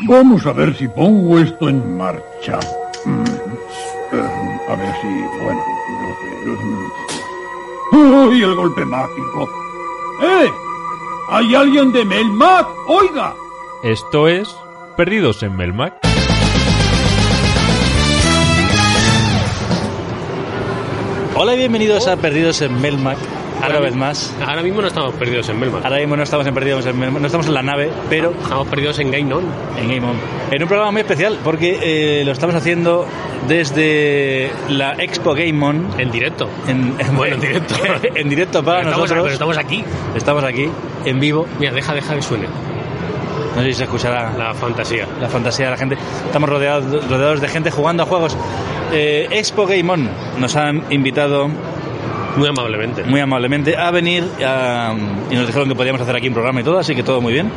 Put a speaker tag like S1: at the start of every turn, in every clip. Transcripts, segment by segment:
S1: Vamos a ver si pongo esto en marcha. Mm, eh, A ver si, bueno, no sé. ¡Uy, el golpe mágico! ¡Eh! ¿Hay alguien de Melmac? ¡Oiga!
S2: Esto es Perdidos en Melmac.
S3: Hola y bienvenidos a Perdidos en Melmac. Una vez más.
S4: Ahora mismo no estamos perdidos en Melmac.
S3: Ahora mismo no estamos en Perdidos en Melmac, no estamos en la nave, pero
S4: Estamos perdidos en Gainon.
S3: en Game On. En un programa muy especial porque eh, lo estamos haciendo desde la Expo Game On.
S4: En directo.
S3: En,
S4: Bueno, en directo.
S3: en directo para
S4: Pero estamos,
S3: nosotros.
S4: pero estamos aquí.
S3: Estamos aquí, en vivo.
S4: Mira, deja, deja que suene
S3: No sé si se escuchará la,
S4: la fantasía.
S3: la fantasía de la gente. Estamos rodeados, rodeados de gente jugando a juegos. Eh, Expo Game On nos han invitado
S4: Muy amablemente.
S3: muy amablemente a venir a- y nos dijeron que podíamos hacer aquí un programa y todo, así que todo muy bien.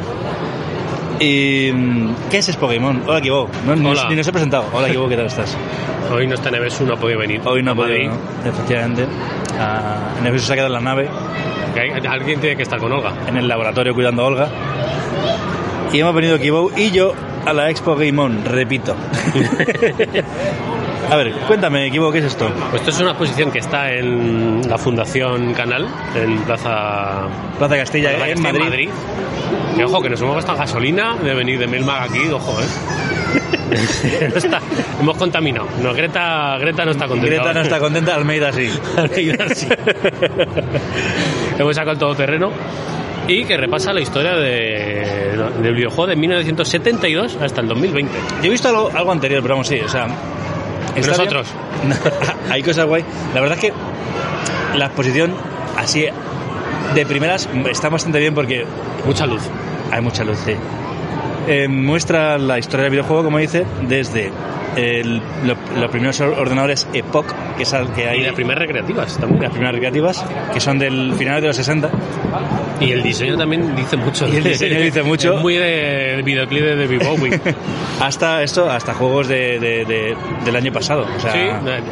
S3: Y, mm, ¿Qué es Expo Game On? Hola, Kibo. No, ni-
S4: Hola.
S3: Ni nos he presentado. Hola, Kibo, ¿qué tal estás?
S4: Hoy no está Neves, no ha podido venir.
S3: Hoy no
S4: A
S3: ha podido,
S4: Madrid.
S3: ¿no? efectivamente. Ah, en el se ha quedado en la nave,
S4: Que hay- Alguien tiene que estar con Olga.
S3: en el laboratorio cuidando a Olga. Y hemos venido Kibo y yo a la Expo Game On, repito. a ver, cuéntame, Kibo, ¿qué es esto?
S4: Pues esto es una exposición que está en la Fundación Canal, en Plaza,
S3: Plaza Castilla,
S4: Plaza
S3: Eh, en
S4: Castilla,
S3: Madrid.
S4: Y ojo, que nos hemos gastado gasolina de venir de Melmac aquí, ojo, ¿eh? No está- hemos contaminado. No, Greta, Greta no está contenta.
S3: Greta no está contenta, Almeida sí.
S4: Hemos sacado el todoterreno y que repasa la historia de, del videojuego de 1972 hasta el 2020.
S3: Yo he visto algo, algo anterior, pero vamos, sí, o sea... está
S4: Nosotros.
S3: bien. Hay cosas guay. La verdad es que la exposición, así, de primeras, está bastante bien porque
S4: Mucha luz.
S3: hay mucha luz, sí. Eh, muestra la historia del videojuego, como dice, desde eh, el- lo- los primeros ordenadores EPOC, que es al que
S4: Y
S3: hay...
S4: las primeras recreativas también.
S3: las primeras recreativas, que son del final de los 60.
S4: Y el diseño también dice mucho.
S3: Y el diseño dice mucho.
S4: Es muy de videoclip de David Bowie.
S3: Hasta esto, hasta juegos de, de- de- del año pasado. O sea,
S4: sí,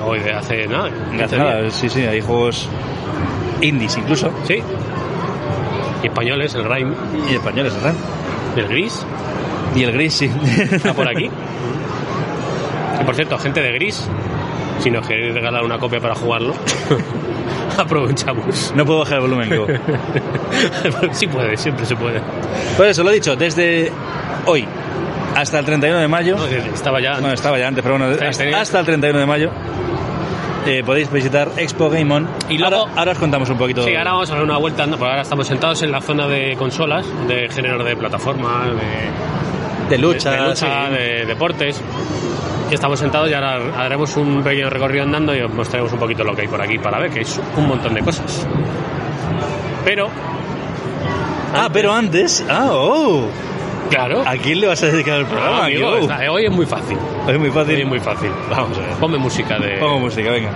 S4: hoy de hace nada.
S3: no hace
S4: 15
S3: nada,
S4: días.
S3: sí, sí, hay juegos indies incluso.
S4: Sí. Y españoles, el Rhyme,
S3: Y españoles, ¿verdad?
S4: el Gris.
S3: Y el gris, sí. Ah,
S4: Está por aquí. Y por cierto, gente de gris, si nos queréis regalar una copia para jugarlo, aprovechamos.
S3: No puedo bajar el volumen, Kibo.
S4: sí puede, siempre se puede.
S3: Por eso, lo he dicho, desde hoy hasta el 31 de mayo.
S4: No, Estaba ya.
S3: Bueno, estaba ya antes, pero bueno,
S4: Sí,
S3: hasta,
S4: tenía-
S3: hasta el 31 de mayo eh, podéis visitar Expo Game On.
S4: Y luego-
S3: ahora, ahora os contamos un poquito.
S4: Sí, ahora vamos a dar una vuelta, no, por ahora estamos sentados en la zona de consolas, de género de plataforma, de,
S3: de lucha,
S4: de lucha,
S3: sí.
S4: de deportes. Y estamos sentados y ahora haremos un pequeño recorrido andando y os mostraremos un poquito lo que hay por aquí para ver, que es un montón de cosas. Pero,
S3: Ah, pero antes. Ah, oh.
S4: claro,
S3: ¿A quién le vas a dedicar el programa?
S4: Ah, amigo,
S3: Kibo?
S4: está- hoy es muy fácil.
S3: Es muy fácil.
S4: Hoy es muy fácil.
S3: Vamos a ver.
S4: Ponme música de.
S3: Pongo música, venga.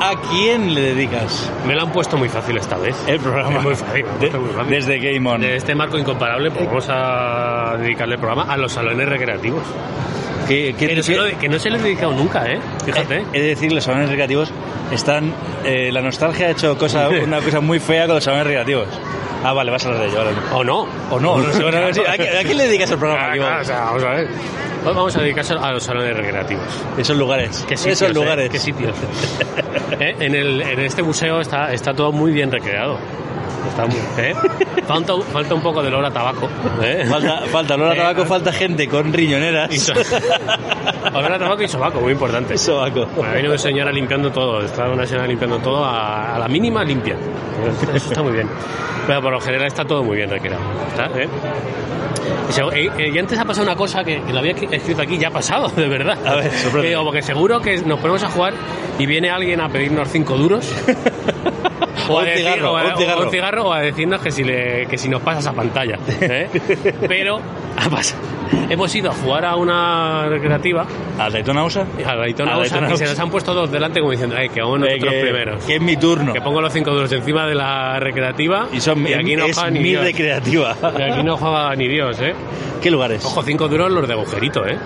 S3: ¿A quién le dedicas
S4: Me la han puesto muy fácil esta vez.
S3: el programa?
S4: Es muy fácil,
S3: De-
S4: es muy fácil.
S3: desde Game On.
S4: De este marco incomparable, pues vamos a dedicarle el programa a los salones recreativos.
S3: ¿Qué- qué-
S4: Que no, se
S3: qué-
S4: lo, que no se les he dedicado nunca, ¿eh? Fíjate.
S3: He de decir, los salones recreativos están... eh, la nostalgia ha hecho cosa, una cosa muy fea con los salones recreativos. Ah, vale, vas a hablar de ello. ahora no.
S4: ¿O no?
S3: O no, no sé, bueno, no sé. ¿A, qué- a quién le dedicas el programa?
S4: Ah,
S3: Kibo?
S4: claro, o sea, vamos a ver. Hoy vamos a dedicarse a los salones recreativos.
S3: Esos lugares.
S4: ¿Qué sitios,
S3: Esos
S4: eh?
S3: lugares.
S4: ¿Qué sitios? Eh, En, el, en este museo está, está todo muy bien recreado. Está muy, ¿eh? falta, un- falta un poco de olor a tabaco. ¿eh?
S3: Falta, falta olor a
S4: Eh,
S3: tabaco, falta gente con riñoneras.
S4: Y so- Olor a tabaco y sobaco, muy importante.
S3: Sobaco.
S4: Bueno, vino una señora limpiando todo, está una señora limpiando todo a, a la mínima limpia. Eso está muy bien. Pero por lo general está todo muy bien recreado. ¿está? ¿Eh? Y, seg- eh, eh, y antes ha pasado una cosa que, que lo había escri- escrito aquí, ya ha pasado, de verdad.
S3: A ver, sorprende.
S4: Eh, o porque seguro que nos ponemos a jugar y viene alguien a pedirnos cinco duros.
S3: O un cigarro,
S4: o a-
S3: o un
S4: o
S3: cigarro.
S4: o a decirnos que si, le- que si nos pasa esa pantalla. ¿eh? Pero ha pasado. hemos ido a jugar a una recreativa
S3: ¿A Daytona USA?
S4: a la Daytona
S3: A la
S4: USA,
S3: Daytona
S4: y se
S3: USA.
S4: nos han puesto dos delante como diciendo, "Eh, que vamos
S3: Eh,
S4: nosotros
S3: que,
S4: primeros.
S3: que es mi turno.
S4: Que pongo los cinco duros encima de la recreativa
S3: y son,
S4: aquí no
S3: es
S4: juega ni
S3: mi
S4: Dios.
S3: recreativa.
S4: Y aquí no juega ni Dios, ¿eh?
S3: ¿Qué lugares?
S4: Ojo, cinco duros los de agujerito, ¿eh?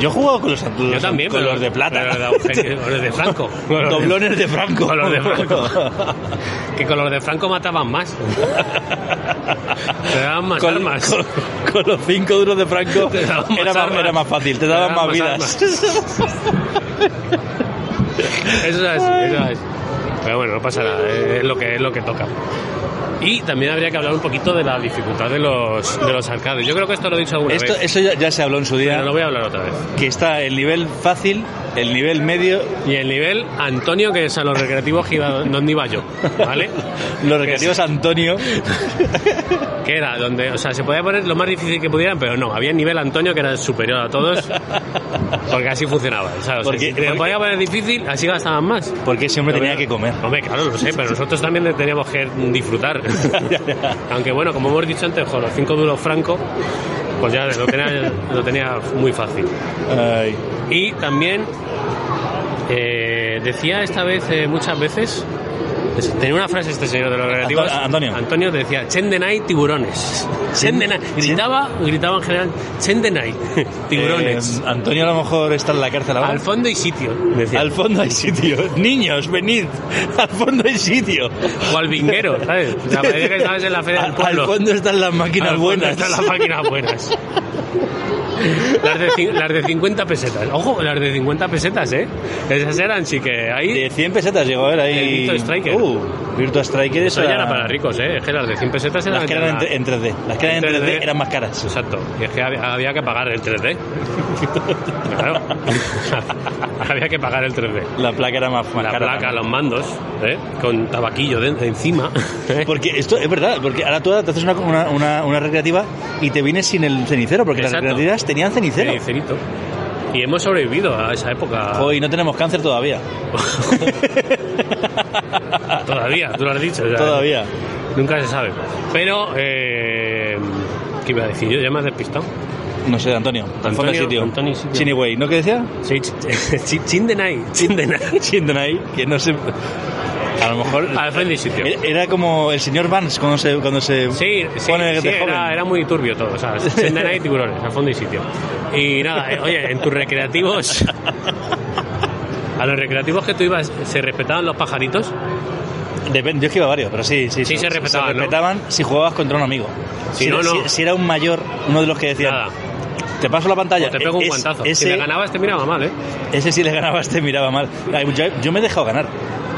S3: Yo he jugado con los, los-
S4: Yo también,
S3: con
S4: pero-
S3: los de plata.
S4: pero de agujero- con los de Franco. Con los de-
S3: Doblones de Franco.
S4: Con los de Franco. Que con los de Franco mataban más. Te daban más
S3: Con,
S4: armas.
S3: con- con los cinco duros de Franco
S4: Te daban más
S3: era, más,
S4: armas.
S3: era más fácil, te
S4: Te
S3: daban
S4: daban
S3: más
S4: más
S3: vidas.
S4: Eso es, eso es. Pero bueno, no pasa nada, eh, es lo que, es lo que toca. Y también habría que hablar un poquito de la dificultad de los, de los arcades. Yo creo que esto lo he dicho alguna
S3: Esto,
S4: vez,
S3: eso ya, ya se habló en su día,
S4: pero lo voy a hablar otra vez.
S3: que está el nivel fácil, el nivel medio,
S4: Y el nivel Antonio, que es a los recreativos que iba- donde iba yo, ¿vale?
S3: los recreativos Antonio,
S4: Que era donde, o sea, se podía poner lo más difícil que pudieran, pero no, había el nivel Antonio que era superior a todos, porque así funcionaba. O sea, o sea,
S3: Porque-
S4: si te lo
S3: porque-
S4: podía poner difícil, así gastaban más.
S3: porque ese hombre tenía que comer.
S4: Hombre, claro, lo sé, pero nosotros también teníamos que disfrutar. Aunque bueno, como hemos dicho antes, con los cinco duros franco, pues ya lo tenía, lo tenía muy fácil.
S3: Ay.
S4: Y también eh, decía esta vez eh, muchas veces, es- tenía una frase este señor de los relativos,
S3: Anto- Antonio.
S4: Antonio decía, Chendenay tiburones. Chendenay, gritaba, gritaba en general, Chendenay tiburones.
S3: Eh, Antonio a lo mejor está en la cárcel ahora.
S4: Al fondo y sitio, decía.
S3: Al fondo hay sitio. Niños, venid. Al fondo hay sitio.
S4: O al vinguero, ¿sabes? La parecía que estabas en la feria del
S3: Al, al
S4: pueblo.
S3: fondo están las máquinas
S4: Al fondo
S3: buenas.
S4: Están las máquinas buenas. Las de, cin- las de 50 pesetas. Ojo, las de 50 pesetas, ¿eh? Esas eran, sí que ahí...
S3: De 100 pesetas llegó a ver ahí.
S4: El Virtua Striker.
S3: Uh, Virtua Striker, eso
S4: Eso ya era para ricos, ¿eh? Es que las de 100 pesetas eran...
S3: Las que eran en, en 3D. Las que eran en 3D, eran más caras.
S4: Exacto. Y es que había, había que pagar el 3D. Claro. había que pagar el 3D.
S3: La placa era más, más
S4: La
S3: cara.
S4: placa,
S3: también.
S4: los mandos, ¿eh? Con tabaquillo de- encima. ¿eh?
S3: Porque esto es verdad, porque ahora tú ahora te haces una, una, una- una recreativa y te vienes sin el cenicero, porque
S4: Exacto.
S3: las recreativas tenían cenicero.
S4: Sí, cerito. Y hemos sobrevivido a esa época.
S3: Hoy no tenemos cáncer todavía.
S4: Todavía, tú lo has dicho. o sea,
S3: Todavía.
S4: Nunca se sabe. Pero, eh, ¿qué iba a decir yo? Ya me has despistado.
S3: No sé, Antonio. Al fondo hay
S4: Antonio-
S3: sitio.
S4: Antonio y sitio.
S3: Chinigüey, ¿no qué decía?
S4: Sí, ch- ch- chin de nai, chin de nai.
S3: Chindenay, que no sé. A lo mejor.
S4: Al frente y sitio.
S3: Era era como el señor Vance cuando se, cuando se
S4: Sí, sí,
S3: pone
S4: sí,
S3: de joven.
S4: era, era muy turbio todo. O sea, chin de nai, tiburones, al fondo y sitio. Y nada, eh, oye, en tus recreativos... A los recreativos que tú ibas, ¿se respetaban los pajaritos?
S3: Depende, yo es que iba a varios, pero sí, sí.
S4: Sí, se respetaban, ¿no?
S3: respetaban si jugabas contra un amigo.
S4: Si
S3: era-
S4: no, no.
S3: Si, si era un mayor, uno de los que decía,
S4: Nada.
S3: te paso la pantalla. E-,
S4: O te pego un
S3: Es-
S4: guantazo. Si
S3: Ese,
S4: le ganabas te miraba mal, ¿eh?
S3: ese si le ganabas te miraba mal. Ay, Yo, yo me he dejado ganar.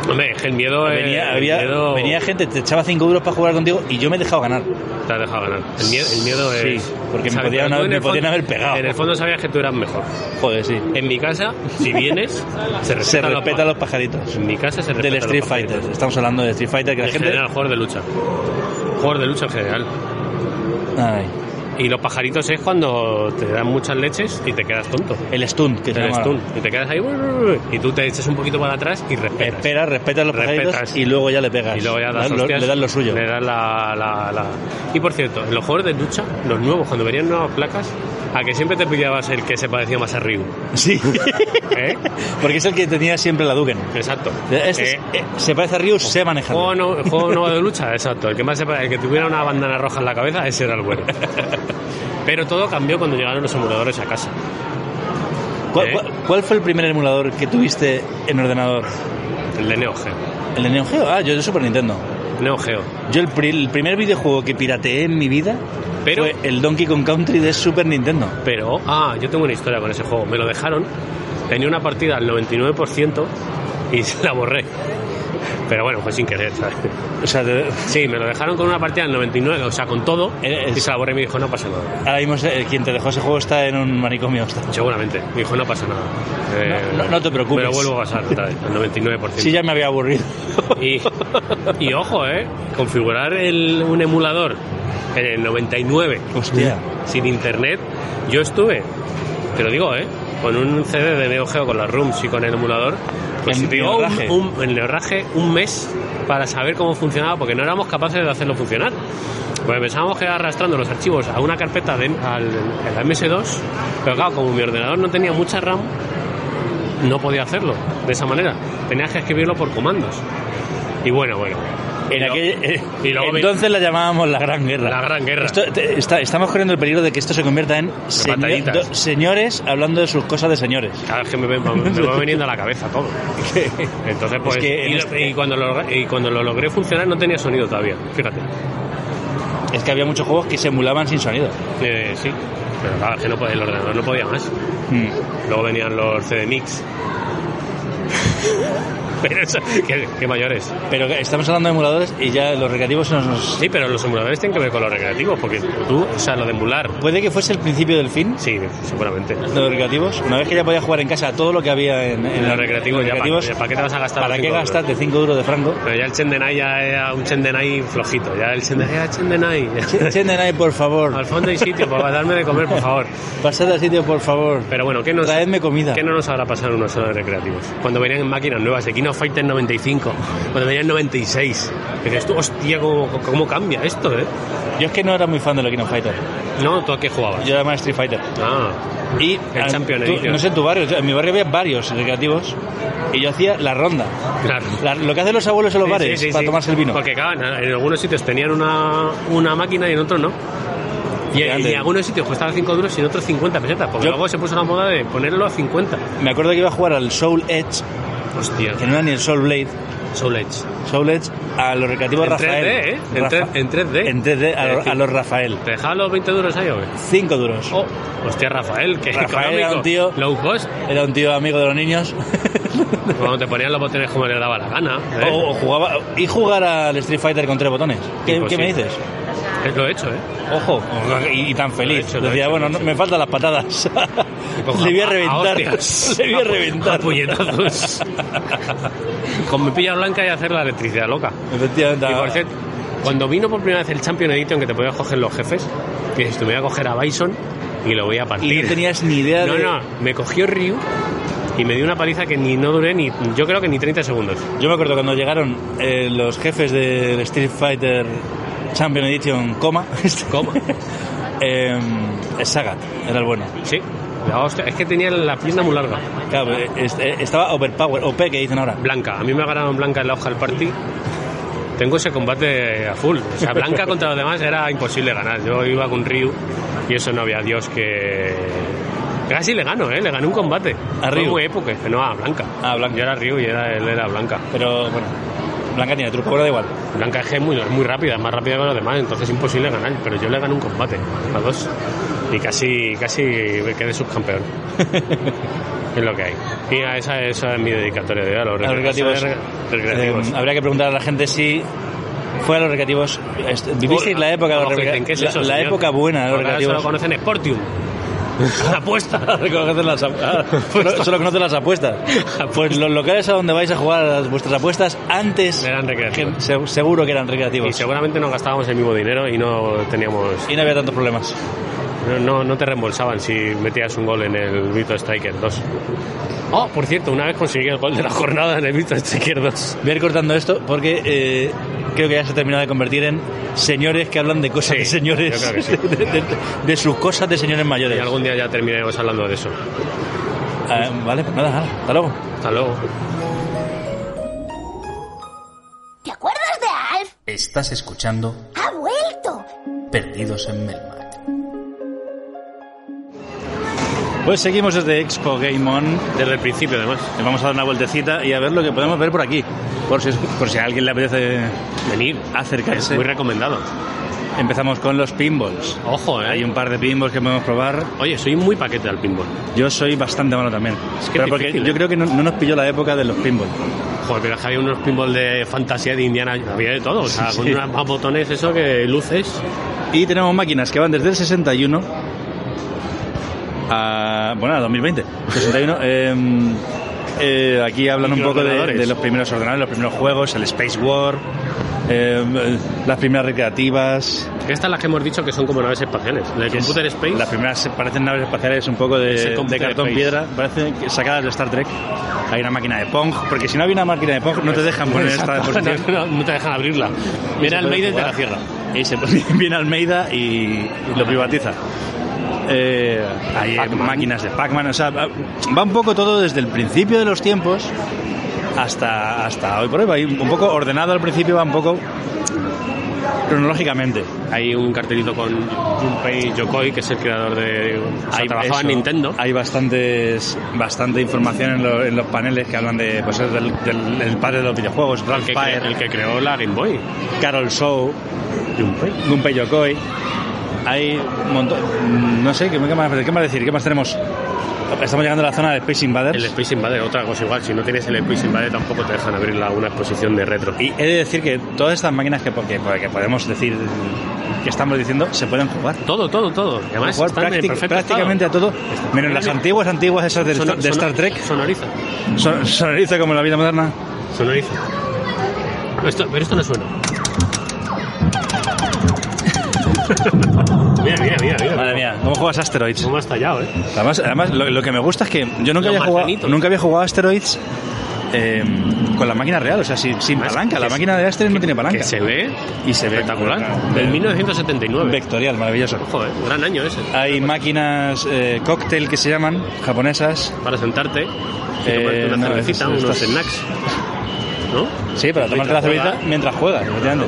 S4: Hombre, es que el miedo... eh,
S3: venía,
S4: el
S3: había-
S4: miedo-
S3: venía gente, te echaba 5 euros para jugar contigo y yo me he dejado ganar.
S4: Te has dejado ganar. El miedo, el miedo
S3: Sí,
S4: es.
S3: porque me
S4: ¿sabes?
S3: podían
S4: Pero tú
S3: haber-
S4: en
S3: me
S4: el
S3: podían
S4: fondo-
S3: haber pegado.
S4: En el fondo sabías que tú eras mejor.
S3: Joder, sí.
S4: En mi casa, si vienes, se
S3: Se
S4: respetan
S3: respeta a
S4: los
S3: los pajaritos.
S4: En mi casa se respeta
S3: Del Street Fighter. Estamos hablando de Street Fighter, que la
S4: En
S3: gente...
S4: general, juegos de lucha. Juegos de lucha en general.
S3: Ay,
S4: Y los pajaritos es cuando te dan muchas leches y te quedas tonto.
S3: el stun, que se
S4: El
S3: llama.
S4: stun. Y te quedas ahí. Y tú te echas un poquito para atrás y respetas.
S3: Esperas, respetas los
S4: Respetas.
S3: pajaritos y luego ya le pegas.
S4: Y luego ya das
S3: Le dan lo-
S4: hostias,
S3: le das lo suyo.
S4: le das la, la- la- Y por cierto, en los juegos de lucha, los nuevos, cuando venían nuevas placas, a que siempre te pillabas el que se parecía más a Ryu.
S3: Sí.
S4: ¿Eh?
S3: Porque es el que tenía siempre la Duken.
S4: Exacto.
S3: Este
S4: Eh,
S3: es- eh, se parece a Ryu, se maneja.
S4: Juego, no, juego nuevo de lucha, exacto. El que, más sepa- el que tuviera una bandana roja en la cabeza, ese era el bueno. Pero todo cambió cuando llegaron los emuladores a casa.
S3: ¿Cuál,
S4: eh.
S3: cuál, cuál fue el primer emulador que tuviste en ordenador?
S4: El de Neo Geo.
S3: ¿El de Neo Geo? Ah, yo de Super Nintendo.
S4: Neo Geo.
S3: Yo el, pri- el primer videojuego que pirateé en mi vida
S4: Pero-
S3: fue el Donkey Kong Country de Super Nintendo.
S4: Pero, ah, yo tengo una historia con ese juego. Me lo dejaron, tenía una partida al 99% y se la borré. Pero bueno, fue sin querer, ¿sabes?
S3: O sea, de-
S4: Sí, me lo dejaron con una partida al 99, o sea, con todo,
S3: Eh, eh,
S4: y se la borré y me dijo, no pasa nada.
S3: ahora mismo eh, quien te dejó ese juego está en un manicomio. está.
S4: Seguramente. Me dijo, no pasa nada. Eh,
S3: no- no te preocupes.
S4: Me lo vuelvo a pasar, otra vez, al 99%.
S3: Sí, ya me había aburrido.
S4: Y, y ojo, ¿eh? Configurar el- un emulador en el 99
S3: Hostia.
S4: sin internet. Yo estuve, te lo digo, ¿eh? Con un CD de Neo Geo con las rooms y con el emulador. Pues
S3: En
S4: te digo, un,
S3: Neorraje.
S4: un- en Neorraje, un mes para saber cómo funcionaba, porque no éramos capaces de hacerlo funcionar. Pues pensábamos que era arrastrando los archivos a una carpeta de, al, a la MS2, pero claro, como mi ordenador no tenía mucha RAM, no podía hacerlo de esa manera. Tenías que escribirlo por comandos. Y bueno, bueno. Y
S3: En
S4: lo-
S3: aquel- eh,
S4: y luego ven-
S3: entonces la llamábamos la Gran Guerra.
S4: La Gran Guerra.
S3: Esto- te- está- estamos corriendo el peligro de que esto se convierta en señor-
S4: batallitas.
S3: do- señores hablando de sus cosas de señores.
S4: Cada vez que me, ve- me va veniendo a la cabeza todo. Entonces, pues.
S3: Es que en
S4: y, lo-
S3: este-
S4: y cuando lo, y cuando lo logré funcionar no tenía sonido todavía, fíjate.
S3: Es que había muchos juegos que se emulaban sin sonido.
S4: Eh, sí, pero claro, es que no, podía- el ordenador no podía más. Hmm.
S3: Mm.
S4: Luego venían los CD Mix. pero eso, qué, qué mayores.
S3: Pero que estamos hablando de emuladores y ya los recreativos se nos- nos...
S4: Sí, pero los emuladores tienen que ver con los recreativos, porque tú, o sea, lo de emular,
S3: Puede que fuese el principio del fin
S4: sí, seguramente.
S3: de los recreativos. Una vez que ya podías jugar en casa a todo lo que había en, en
S4: En los
S3: los
S4: recreativos, ya,
S3: recreativos,
S4: ¿para, qué te vas a gastar?
S3: ¿para
S4: los
S3: qué
S4: cinco euros?
S3: gastarte 5 euros de franco?
S4: Pero ya el Chendenay ya era un Chendenay flojito, ya el Chendenay era Chendenay.
S3: Encienden ahí, por favor.
S4: Al fondo hay sitio para darme de comer, por favor.
S3: Pasad al sitio, por favor.
S4: Pero bueno, ¿qué nos,
S3: Traedme comida.
S4: ¿qué no nos habrá pasado en unos años recreativos? Cuando venían en máquinas nuevas, de Kino Fighter 95, cuando venían en 96. Dices tú, hostia, ¿cómo, cómo cambia esto, eh?
S3: Yo es que no era muy fan de los King of Fighter.
S4: No, ¿tú a qué jugabas?
S3: Yo era más Street Fighter.
S4: Ah,
S3: Y
S4: El
S3: ah,
S4: Champion
S3: tú-
S4: Edition.
S3: No sé en tu barrio, yo- en mi barrio había varios recreativos y yo hacía la ronda.
S4: claro.
S3: La- lo que hacen los abuelos en los
S4: Sí,
S3: bares
S4: sí, sí,
S3: para
S4: sí.
S3: tomarse el vino.
S4: Porque claro, en algunos sitios tenían una, una máquina y en otros no. Y,
S3: Qué grande.
S4: y en algunos sitios costaba 5 duros y en otros 50 pesetas. Porque
S3: Yo-
S4: luego se puso la moda de ponerlo a 50.
S3: Me acuerdo que iba a jugar al Soul Edge,
S4: Hostia,
S3: que no era ni el Soul Blade,
S4: Soul Edge.
S3: Soul Edge, a los recreativos
S4: En
S3: Rafael.
S4: 3D, ¿eh? En
S3: Rafa-
S4: tre- en 3D.
S3: En 3D, a,
S4: Es
S3: lo-
S4: decir-
S3: a los Rafael.
S4: ¿Te dejaba los 20 duros ahí o qué?
S3: Cinco duros.
S4: Oh, hostia, Rafael, que
S3: Rafael era un tío-
S4: Low cost.
S3: Era un tío amigo de los niños.
S4: Cuando te ponían los botones como le daba la gana. ¿eh?
S3: O, o jugaba, y jugar al Street Fighter con tres botones. ¿Qué,
S4: Imposible.
S3: qué me dices?
S4: Lo he hecho, ¿eh?
S3: Ojo, y, y tan feliz.
S4: hecho, lo he
S3: Decía,
S4: hecho,
S3: bueno,
S4: lo he
S3: no-
S4: hecho.
S3: me faltan las patadas. Le voy a reventar.
S4: hostias.
S3: Le voy a
S4: pu-
S3: reventar.
S4: a puñetazos. Con mi pilla blanca y hacer la electricidad loca.
S3: Efectivamente.
S4: Y por cierto, cuando vino por primera vez el Champion Edition que te podías coger los jefes, que dices, "Tú, me voy a coger a Bison y lo voy a partir.
S3: Y no tenías ni idea
S4: No,
S3: de...
S4: no, me cogió Ryu y me dio una paliza que ni no duré ni, yo creo que ni 30 segundos.
S3: Yo me acuerdo cuando llegaron eh, los jefes del Street Fighter Champion Edition, coma. Este-
S4: ¿Cómo?
S3: em, Sagat era el bueno.
S4: Sí. La hostia, es que tenía la pierna muy larga,
S3: Claro, eh, es- eh, estaba Overpower, OP que dicen ahora.
S4: blanca. A mí me agarraron blanca en la hoja del party. Tengo ese combate a full. O sea, blanca contra los demás era imposible ganar. Yo iba con Ryu y eso no había Dios que... Casi le gano, ¿eh? Le gané un combate.
S3: ¿A
S4: Fue
S3: Ryu?
S4: muy época. No, a Blanca.
S3: Ah, Blanca.
S4: Yo era Ryu y era, él era Blanca.
S3: Pero bueno, Blanca tiene truco, bueno, da igual.
S4: Blanca es que es muy, es muy rápida, es más rápida que los demás, entonces es imposible ganar. Pero yo le gané un combate a dos y casi, casi me quedé subcampeón. es lo que hay. Y a esa, esa es mi dedicatoria de hoy, a los
S3: A los
S4: recreativos.
S3: recreativos.
S4: recreativos.
S3: Eh, habría que preguntar a la gente si fue a los recreativos. est- ¿Vivisteis la época de los
S4: Ojo, dicen,
S3: recreativos?
S4: ¿qué es
S3: la-
S4: eso,
S3: la,
S4: señor?
S3: época buena de los
S4: Porque ahora solo
S3: recreativos.
S4: conocen Sportium. Apuesta.
S3: Reconocen las ap- ah, solo, solo conocen las apuestas. Pues los locales a donde vais a jugar a vuestras apuestas antes
S4: Eran
S3: que-
S4: recreativos.
S3: se- seguro que eran recreativos.
S4: Y seguramente nos gastábamos el mismo dinero y no teníamos
S3: Y no había tantos problemas.
S4: No, no, no te reembolsaban si metías un gol en el Virtua Striker 2. Oh, por cierto, una vez conseguí el gol de la jornada en el Virtua Striker 2.
S3: Voy a ir cortando esto porque eh, creo que ya se ha terminado de convertir en señores que hablan de cosas
S4: Sí,
S3: de señores.
S4: yo creo que sí.
S3: de, de- de- de sus cosas de señores
S4: Y
S3: mayores.
S4: algún día ya terminaremos hablando de eso.
S3: Ah, vale, pues nada, nada, hasta luego.
S4: Hasta luego.
S5: ¿Te acuerdas de Alf?
S6: Estás escuchando
S5: ¡Ha vuelto!
S6: Perdidos en Melmac.
S3: Pues seguimos desde Expo Game On.
S4: Desde el principio, además.
S3: Le vamos a dar una vueltecita y a ver lo que podemos ver por aquí. Por si, por si a alguien le apetece
S4: Venir.
S3: Ah, acercarse.
S4: Muy recomendado.
S3: Empezamos con los pinballs.
S4: Ojo, ¿eh?
S3: Hay un par de pinballs que podemos probar.
S4: Oye, soy muy paquete al pinball.
S3: Yo soy bastante malo también.
S4: Es que
S3: Pero
S4: es
S3: porque
S4: difícil,
S3: yo
S4: ¿eh?
S3: creo que no, no nos pilló la época de los pinballs.
S4: Joder, pero es que había unos pinball de fantasía de Indiana. Había de todo. O sea,
S3: Sí,
S4: con
S3: sí.
S4: unas más botones, eso que luces.
S3: Y tenemos máquinas que van desde el 61 a. Bueno, a 2020. 61. em, eh, aquí hablan un poco de,
S4: Microordenadores.
S3: de los primeros ordenadores, los primeros juegos, el Space War, em, eh, las primeras recreativas.
S4: Estas las que hemos dicho que son como naves espaciales. La de
S3: que es-
S4: Computer Space.
S3: Las primeras parecen naves espaciales un poco
S4: Ese
S3: de,
S4: Computer
S3: de cartón
S4: Space.
S3: piedra, parecen que sacadas de Star Trek. Hay una máquina de Pong, porque si no había una máquina de Pong no te dejan poner esta deposición.
S4: no, no te dejan abrirla. Mira el Maiden de la Sierra.
S3: Y se pone- viene Almeida y lo privatiza. Eh, hay eh, máquinas de Pac-Man, o sea, va un poco todo desde el principio de los tiempos hasta, hasta hoy por hoy. Va ahí un poco ordenado al principio, va un poco cronológicamente.
S4: Hay un cartelito con Junpei Yokoi, que es el creador de... o sea,
S3: Hay-
S4: trabajaba en
S3: eso,
S4: Nintendo.
S3: Hay bastantes, bastante información en, lo- en los paneles que hablan de, pues, del, del- del padre de los videojuegos,
S4: El
S3: Ralph
S4: que, cre-
S3: Baer,
S4: el que creó la Game Boy.
S3: Carol Shaw,
S4: Junpei.
S3: Gunpei Yokoi. Hay un montón. mm, No sé, ¿qué, qué más, ¿qué más decir? ¿Qué más tenemos? Estamos llegando a la zona de Space Invaders.
S4: El Space Invader, otra cosa igual. Si no tienes el Space Invader, tampoco te dejan abrir la- una exposición de retro.
S3: Y he de decir que todas estas máquinas que, porque, que podemos decir que estamos diciendo se pueden jugar.
S4: Todo, todo, todo. Y además,
S3: Jugar
S4: están en
S3: prácti-
S4: perfecto
S3: prácticamente
S4: estado.
S3: a todo, menos las antiguas, antiguas esas de,
S4: Sono-
S3: de Star
S4: sono-
S3: Trek.
S4: Sonoriza.
S3: Son- Sonoriza como la vida moderna.
S4: Sonoriza. Esto, pero esto no suena. mira, mira, mira, mira.
S3: Madre mía, ¿cómo juegas Asteroids?
S4: ¿Cómo has tallado, eh?
S3: Además, además lo, lo que me gusta es que yo nunca,
S4: Los
S3: había jugado,
S4: marcianitos.
S3: nunca había jugado Asteroids eh, con la máquina real, o sea, sin, sin
S4: Además,
S3: palanca.
S4: que
S3: La
S4: se-
S3: máquina de Asteroids no tiene palanca.
S4: Que se ve
S3: y se ve
S4: espectacular. Del 1979.
S3: Vectorial, maravilloso.
S4: Joder, gran año ese.
S3: Hay máquinas eh, cóctel que se llaman, japonesas.
S4: Para sentarte, y
S3: Eh,
S4: tomarte una
S3: no,
S4: cervecita,
S3: es-
S4: unos
S3: estas-
S4: snacks. ¿No?
S3: Sí, para tomarte la
S4: Mientras
S3: cerveza
S4: juega.
S3: mientras juegas, efectivamente.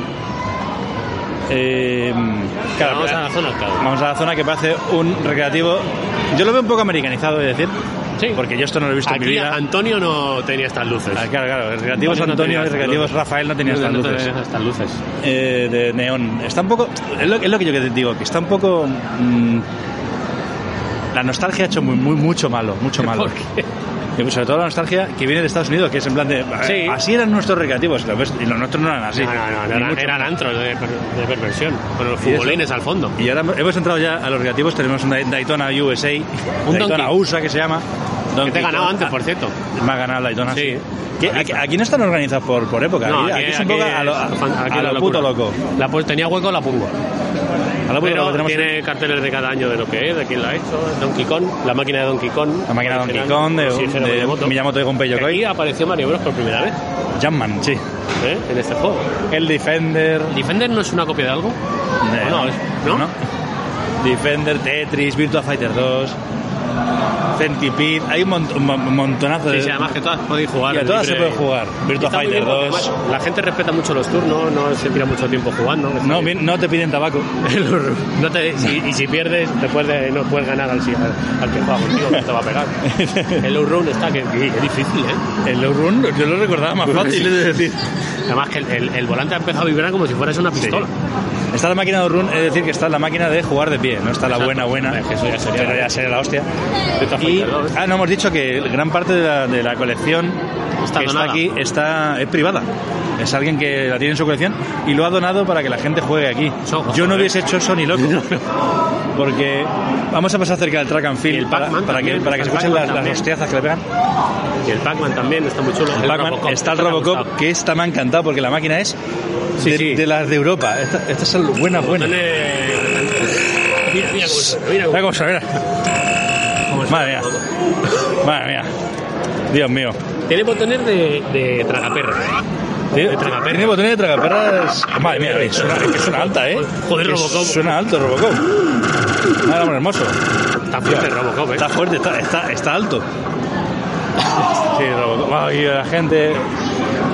S3: Eh, claro,
S4: Vamos a la zona arcade.
S3: vamos a la zona que parece un recreativo. Yo lo veo un poco americanizado, he de decir.
S4: Sí.
S3: Porque yo esto no lo he visto en mi
S4: Aquí
S3: vida.
S4: Antonio no tenía estas luces.
S3: Ah, claro, claro. el Recreativos
S4: Antonio no
S3: Antonio,
S4: tenía
S3: el
S4: estas
S3: recreativos
S4: luces.
S3: Rafael no tenía
S4: No,
S3: estas
S4: no
S3: luces.
S4: tenía estas luces.
S3: eh, de neón. Está un poco. Es lo, es lo que yo te digo, que está un poco. mm, la nostalgia ha hecho muy, muy, mucho malo, mucho malo.
S4: ¿Por qué?
S3: Y pues sobre todo la nostalgia que viene de Estados Unidos, que es en plan de. "Ah,
S4: Sí.
S3: Así eran nuestros recreativos, y lo ves, y los nuestros no eran así.
S4: No, no, no,
S3: Ni
S4: no, eran,
S3: mucho
S4: eran
S3: menos.
S4: antros de, per- de perversión, con los
S3: Y eso-
S4: futbolines al fondo. Este
S3: Y ahora hemos entrado ya a los recreativos, tenemos un Day- Daytona USA, un Daytona
S4: Donkey.
S3: USA que se llama.
S4: Que te he
S3: Donkey
S4: ganado
S3: Kong.
S4: antes, por cierto.
S3: Ah, Me ha ganado la Daytona.
S4: Sí.
S3: Que Aquí, aquí no están organizados por, por época,
S4: No,
S3: aquí, aquí es un poco a lo, a-
S4: es fan- aquí
S3: a
S4: la
S3: lo puto
S4: locura.
S3: loco.
S4: La, pues tenía hueco la pongo.
S3: A lo puto loco
S4: Pero
S3: tenemos-
S4: tiene carteles de cada año de lo que es, de quién la ha hecho. Donkey Kong, la máquina de Donkey Kong.
S3: La máquina de Donkey
S4: original,
S3: Kong, de,
S4: sí,
S3: un-
S4: Shigeru
S3: de
S4: Miyamoto.
S3: Miyamoto de Gunpei
S4: Que Aquí
S3: Yokoi.
S4: apareció Mario Bros por primera vez
S3: Jumpman, sí.
S4: ¿eh? en este juego.
S3: El Defender.
S4: ¿Defender no es una copia de algo?
S3: Eh,
S4: no, ¿no?
S3: Defender, Tetris, Virtua Fighter 2. Centipede. Hay un, mont- un mon- un montonazo
S4: Sí,
S3: de.
S4: sí, además que todas podéis jugar.
S3: Eh, Y a
S4: en
S3: todas
S4: libre.
S3: se puede jugar.
S4: Y
S3: Virtua
S4: está muy
S3: Fighter
S4: bien, porque
S3: 2.
S4: además La gente respeta mucho los turnos, no se tira mucho tiempo jugando.
S3: No, bien, no te piden tabaco.
S4: No te- si- y si pierdes, después de, no puedes ganar al, si- al, al que juega contigo, que te va a pegar. El run está que, que es difícil, ¿eh?
S3: El low run, yo lo recordaba más fácil, es decir.
S4: Además que el, el- el volante ha empezado a vibrar como si fueras una pistola.
S3: Está la máquina de run, es decir, que está la máquina de jugar de pie, no está la
S4: Exacto.
S3: buena, buena.
S4: Es que eso ya sería
S3: pero
S4: la-
S3: ya sería la hostia.
S4: Virtua
S3: Y,
S4: Fighter 2.
S3: ah, no hemos dicho que gran parte de la, de la colección
S4: Está
S3: que está
S4: donada.
S3: aquí está, es privada. Es alguien que la tiene en su colección y lo ha donado para que la gente juegue aquí.
S4: Eso,
S3: Yo no
S4: joder.
S3: hubiese hecho eso ni loco. Porque vamos a pasar cerca del track and
S4: Y el
S3: field para,
S4: Pac-Man
S3: para que,
S4: también,
S3: para que
S4: el
S3: se escuchen
S4: Pac-Man
S3: las, las
S4: también.
S3: hostiazas que le pegan.
S4: Y el Pac-Man también está muy chulo.
S3: El Pac-Man,
S4: Robocop,
S3: está el
S4: que te ha
S3: Robocop,
S4: gustado.
S3: que esta me ha encantado porque la máquina es
S4: Sí,
S3: de,
S4: sí.
S3: de las de Europa. Esta- Estas son buenas, buenas.
S4: Tiene- Mira, mira, cómo suena, mira,
S3: Mira
S4: cómo-
S3: cómo suena.
S4: cómo suena
S3: Madre mía.
S4: todo.
S3: Madre mía. Dios mío.
S4: Tiene botones de, de tragaperra.
S3: Tiene,
S4: De tragaperra.
S3: tiene botones de tragaperras. Madre mía, oye, suena, es que suena alta, ¿eh?
S4: Joder,
S3: Que
S4: Robocop.
S3: Suena alto, Robocop. Nada más hermoso.
S4: Está fuerte el Robocop, ¿eh?
S3: Está fuerte, está, está, está alto. Sí, Robocop. Wow, y la gente